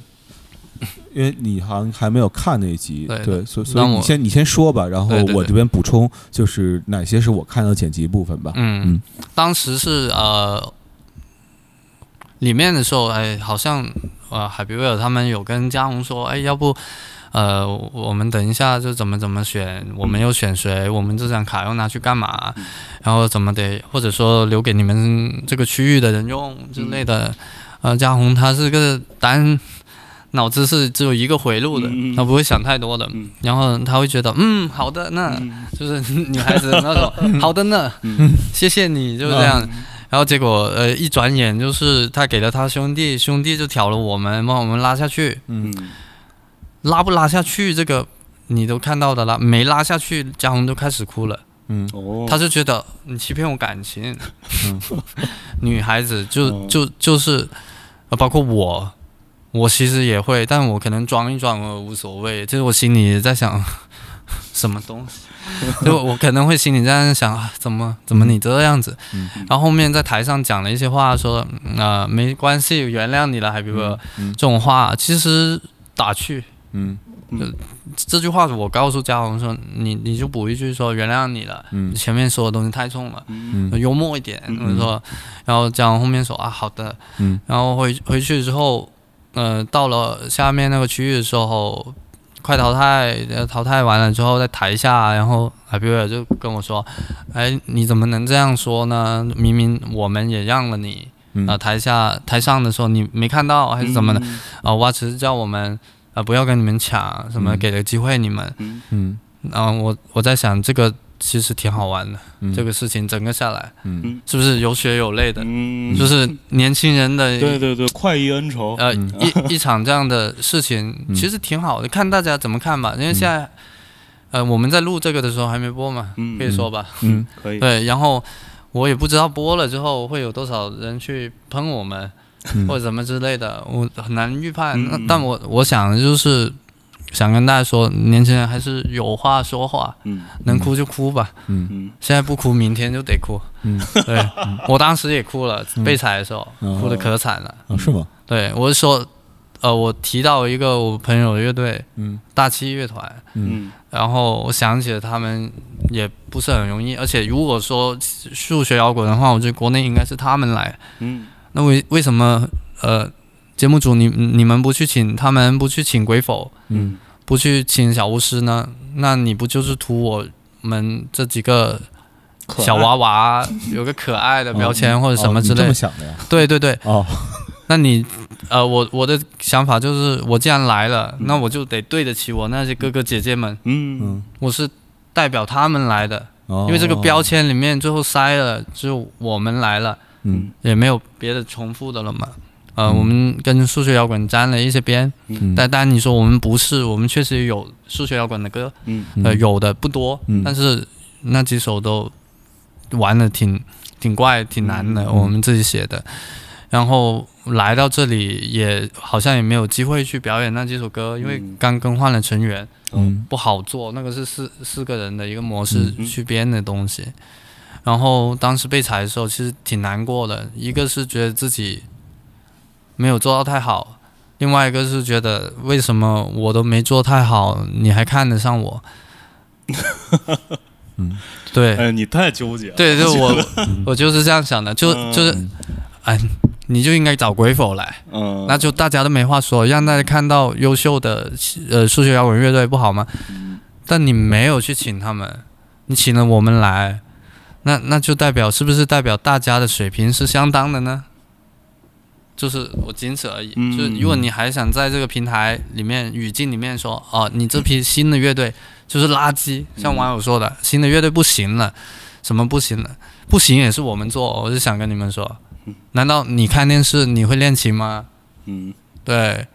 [SPEAKER 2] 因为你好像还没有看那一集，
[SPEAKER 3] 对
[SPEAKER 2] 对，所以所以
[SPEAKER 3] 那
[SPEAKER 2] 你
[SPEAKER 3] 我
[SPEAKER 2] 先你先说吧，然后
[SPEAKER 3] 对对对
[SPEAKER 2] 我这边补充就是哪些是我看到剪辑部分吧。嗯
[SPEAKER 3] 嗯，当时是呃，里面的时候，哎，好像呃，海比威尔他们有跟嘉宏说，哎，要不呃，我们等一下就怎么怎么选，我们又选谁，我们这张卡要拿去干嘛，然后怎么得，或者说留给你们这个区域的人用之类
[SPEAKER 1] 嗯
[SPEAKER 3] 的。呃，嘉宏他是个单。脑子是只有一个回路的
[SPEAKER 1] 嗯嗯，
[SPEAKER 3] 他不会想太多的
[SPEAKER 1] 嗯，
[SPEAKER 3] 然后他会觉得，嗯，好的，那
[SPEAKER 1] 嗯
[SPEAKER 3] 就是 女孩子的那种，好的呢，谢谢你，就是这样。然后结果呃，一转眼就是他给了他兄弟，兄弟就挑了我们，把我们拉下去，
[SPEAKER 1] 嗯
[SPEAKER 3] 拉不拉下去这个你都看到的啦，没拉下去，嘉宏就开始哭了，
[SPEAKER 2] 嗯
[SPEAKER 1] 哦，
[SPEAKER 3] 他就觉得你欺骗我感情， 女孩子
[SPEAKER 2] 哦
[SPEAKER 3] 就就就是，呃包括我。我其实也会，但我可能装一装，我无所谓。就是我心里也在想， 什么东西？ 就我可能会心里这样想，啊、怎么怎么你这样子？
[SPEAKER 2] 嗯
[SPEAKER 3] 然后后面在台上讲了一些话，说啊、嗯呃没关系，原谅你了，Happy b i r
[SPEAKER 2] 嗯
[SPEAKER 3] 这种话其实打趣。
[SPEAKER 2] 嗯
[SPEAKER 3] 这句话我告诉嘉宏说，你你就补一句说原谅你了，
[SPEAKER 2] 嗯
[SPEAKER 3] 前面说的东西太重了。
[SPEAKER 1] 嗯
[SPEAKER 2] 嗯
[SPEAKER 3] 幽默一点，
[SPEAKER 1] 嗯
[SPEAKER 3] 我说，然后嘉宏后面说啊好的，
[SPEAKER 2] 嗯
[SPEAKER 3] 然后回回去之后，呃，到了下面那个区域的时候，快淘汰，呃淘汰完了之后在台下，然后海比尔就跟我说：“哎，你怎么能这样说呢？明明我们也让了你
[SPEAKER 2] 嗯
[SPEAKER 3] 啊、呃台下台上的时候你没看到还是怎么
[SPEAKER 1] 嗯
[SPEAKER 3] 的？啊、我只是叫我们啊、呃不要跟你们抢，什么
[SPEAKER 2] 嗯
[SPEAKER 3] 给了机会你们。
[SPEAKER 1] 嗯
[SPEAKER 2] 嗯
[SPEAKER 3] 然后我我在想这个其实挺好玩的，
[SPEAKER 2] 嗯，
[SPEAKER 3] 这个事情整个下来
[SPEAKER 2] 嗯
[SPEAKER 3] 是不是有血有泪的？
[SPEAKER 1] 嗯，
[SPEAKER 3] 就是 年轻人的
[SPEAKER 1] 对对对，快意恩仇，
[SPEAKER 3] 呃，
[SPEAKER 2] 嗯
[SPEAKER 3] 一一场这样的事情
[SPEAKER 2] 嗯
[SPEAKER 3] 其实挺好的，看大家怎么看吧。因为现在，呃，我们在录这个的时候还没播嘛，
[SPEAKER 1] 嗯
[SPEAKER 3] 可以说吧？
[SPEAKER 2] 嗯
[SPEAKER 1] 可以，
[SPEAKER 3] 对，然后我也不知道播了之后会有多少人去喷我们、
[SPEAKER 2] 嗯
[SPEAKER 3] 或者什么之类的，我很难预判。
[SPEAKER 1] 嗯
[SPEAKER 3] 那
[SPEAKER 1] 嗯
[SPEAKER 3] 但我我想的就是想跟大家说，年轻人还是有话说话，
[SPEAKER 1] 嗯
[SPEAKER 3] 能哭就哭吧。
[SPEAKER 2] 嗯
[SPEAKER 1] 嗯
[SPEAKER 3] 现在不哭，明天就得哭。
[SPEAKER 2] 嗯
[SPEAKER 3] 对，我当时也哭了，被踩的时候
[SPEAKER 2] 嗯
[SPEAKER 3] 哭的可惨了。
[SPEAKER 2] 啊是吗？
[SPEAKER 3] 对，我是说，呃，我提到一个我朋友的乐队
[SPEAKER 2] 嗯
[SPEAKER 3] 大七乐团，
[SPEAKER 2] 嗯
[SPEAKER 1] 嗯
[SPEAKER 3] 然后我想起了他们也不是很容易，而且如果说数学摇滚的话，我觉得国内应该是他们来。
[SPEAKER 1] 嗯
[SPEAKER 3] 那为为什么呃节目组你你们不去请他们不去请鬼否，
[SPEAKER 2] 嗯
[SPEAKER 3] 不去请小巫师呢？那你不就是图我们这几个
[SPEAKER 1] 可爱
[SPEAKER 3] 小娃娃 有个可爱的嗯标签或者什么之
[SPEAKER 2] 哦你这
[SPEAKER 3] 类
[SPEAKER 2] 么？想的 呀？
[SPEAKER 3] 对对对，
[SPEAKER 2] 哦，
[SPEAKER 3] 那你，呃，我我的想法就是，我既然来了，那我就得对得起我那些哥哥姐姐们，
[SPEAKER 1] 嗯
[SPEAKER 2] 嗯，
[SPEAKER 3] 我是代表他们来的，
[SPEAKER 2] 哦
[SPEAKER 3] 因为这个标，签里面最后塞了，只有我们来了，
[SPEAKER 2] 嗯
[SPEAKER 3] 也没有别的重复的了嘛。呃，我们跟数学摇滚沾了一些边，
[SPEAKER 2] 嗯，
[SPEAKER 3] 但当然你说我们不是，我们确实有数学摇滚的歌，
[SPEAKER 1] 嗯
[SPEAKER 3] 呃，
[SPEAKER 2] 嗯
[SPEAKER 3] 有的不多，
[SPEAKER 2] 嗯
[SPEAKER 3] 但是那几首都玩的挺挺怪、挺难的，
[SPEAKER 2] 嗯
[SPEAKER 3] 我们自己写的。然后来到这里也好像也没有机会去表演那几首歌，因为
[SPEAKER 1] 嗯
[SPEAKER 3] 刚更换了成员，
[SPEAKER 2] 嗯
[SPEAKER 3] 不好做。那个是四四个人的一个模式
[SPEAKER 1] 嗯
[SPEAKER 3] 去编的东西。然后当时被裁的时候，其实挺难过的，一个是觉得自己没有做到太好，另外一个是觉得为什么我都没做太好，你还看得 上我？
[SPEAKER 2] 嗯，
[SPEAKER 3] 对，
[SPEAKER 1] 哎，你太纠结了，
[SPEAKER 3] 对，就我我就是这样想的，就
[SPEAKER 1] 嗯
[SPEAKER 3] 就是，哎，你就应该找鬼否来，
[SPEAKER 1] 嗯，
[SPEAKER 3] 那就大家都没话说，让大家看到优秀的呃数学摇滚乐队不好吗？但你没有去请他们，你请了我们来，那那就代表是不是代表大家的水平是相当的呢？就是我仅此而已。
[SPEAKER 1] 嗯
[SPEAKER 3] 就是如果你还想在这个平台里面语境里面说，哦、你这批新的乐队就是垃圾，像网友说的，新的乐队不行了，什么不行了，不行也是我们做。我就想跟你们说，难道你看电视你会练琴吗？
[SPEAKER 1] 嗯，
[SPEAKER 3] 对，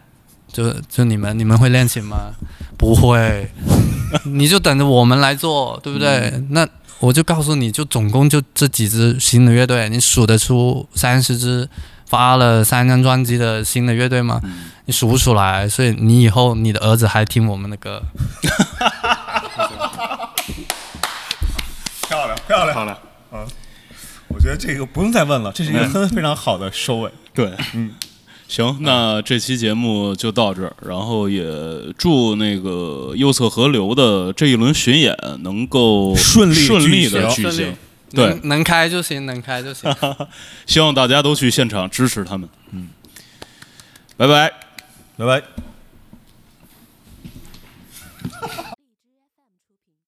[SPEAKER 3] 就就你们，你们会练琴吗？不会， 你就等着我们来做，对不对？那我就告诉你，就总共就这几支新的乐队，你数得出三十支发了三张专辑的新的乐队吗？你数不出来，所以你以后你的儿子还听我们的歌，
[SPEAKER 4] 漂亮，漂亮，
[SPEAKER 1] 漂亮，
[SPEAKER 4] 我觉得这个不用再问了，这是一
[SPEAKER 3] 嗯
[SPEAKER 4] 个很非常好的收尾。
[SPEAKER 1] 对，嗯。行，那这期节目就到这儿，然后也祝那个右侧河流的这一轮巡演能够
[SPEAKER 4] 顺利
[SPEAKER 1] 顺利
[SPEAKER 4] 举
[SPEAKER 1] 的
[SPEAKER 4] 行
[SPEAKER 1] 举行，对
[SPEAKER 3] 能，能开就行，能开就行。
[SPEAKER 1] 希望大家都去现场支持他们。嗯，拜拜。
[SPEAKER 4] 拜拜。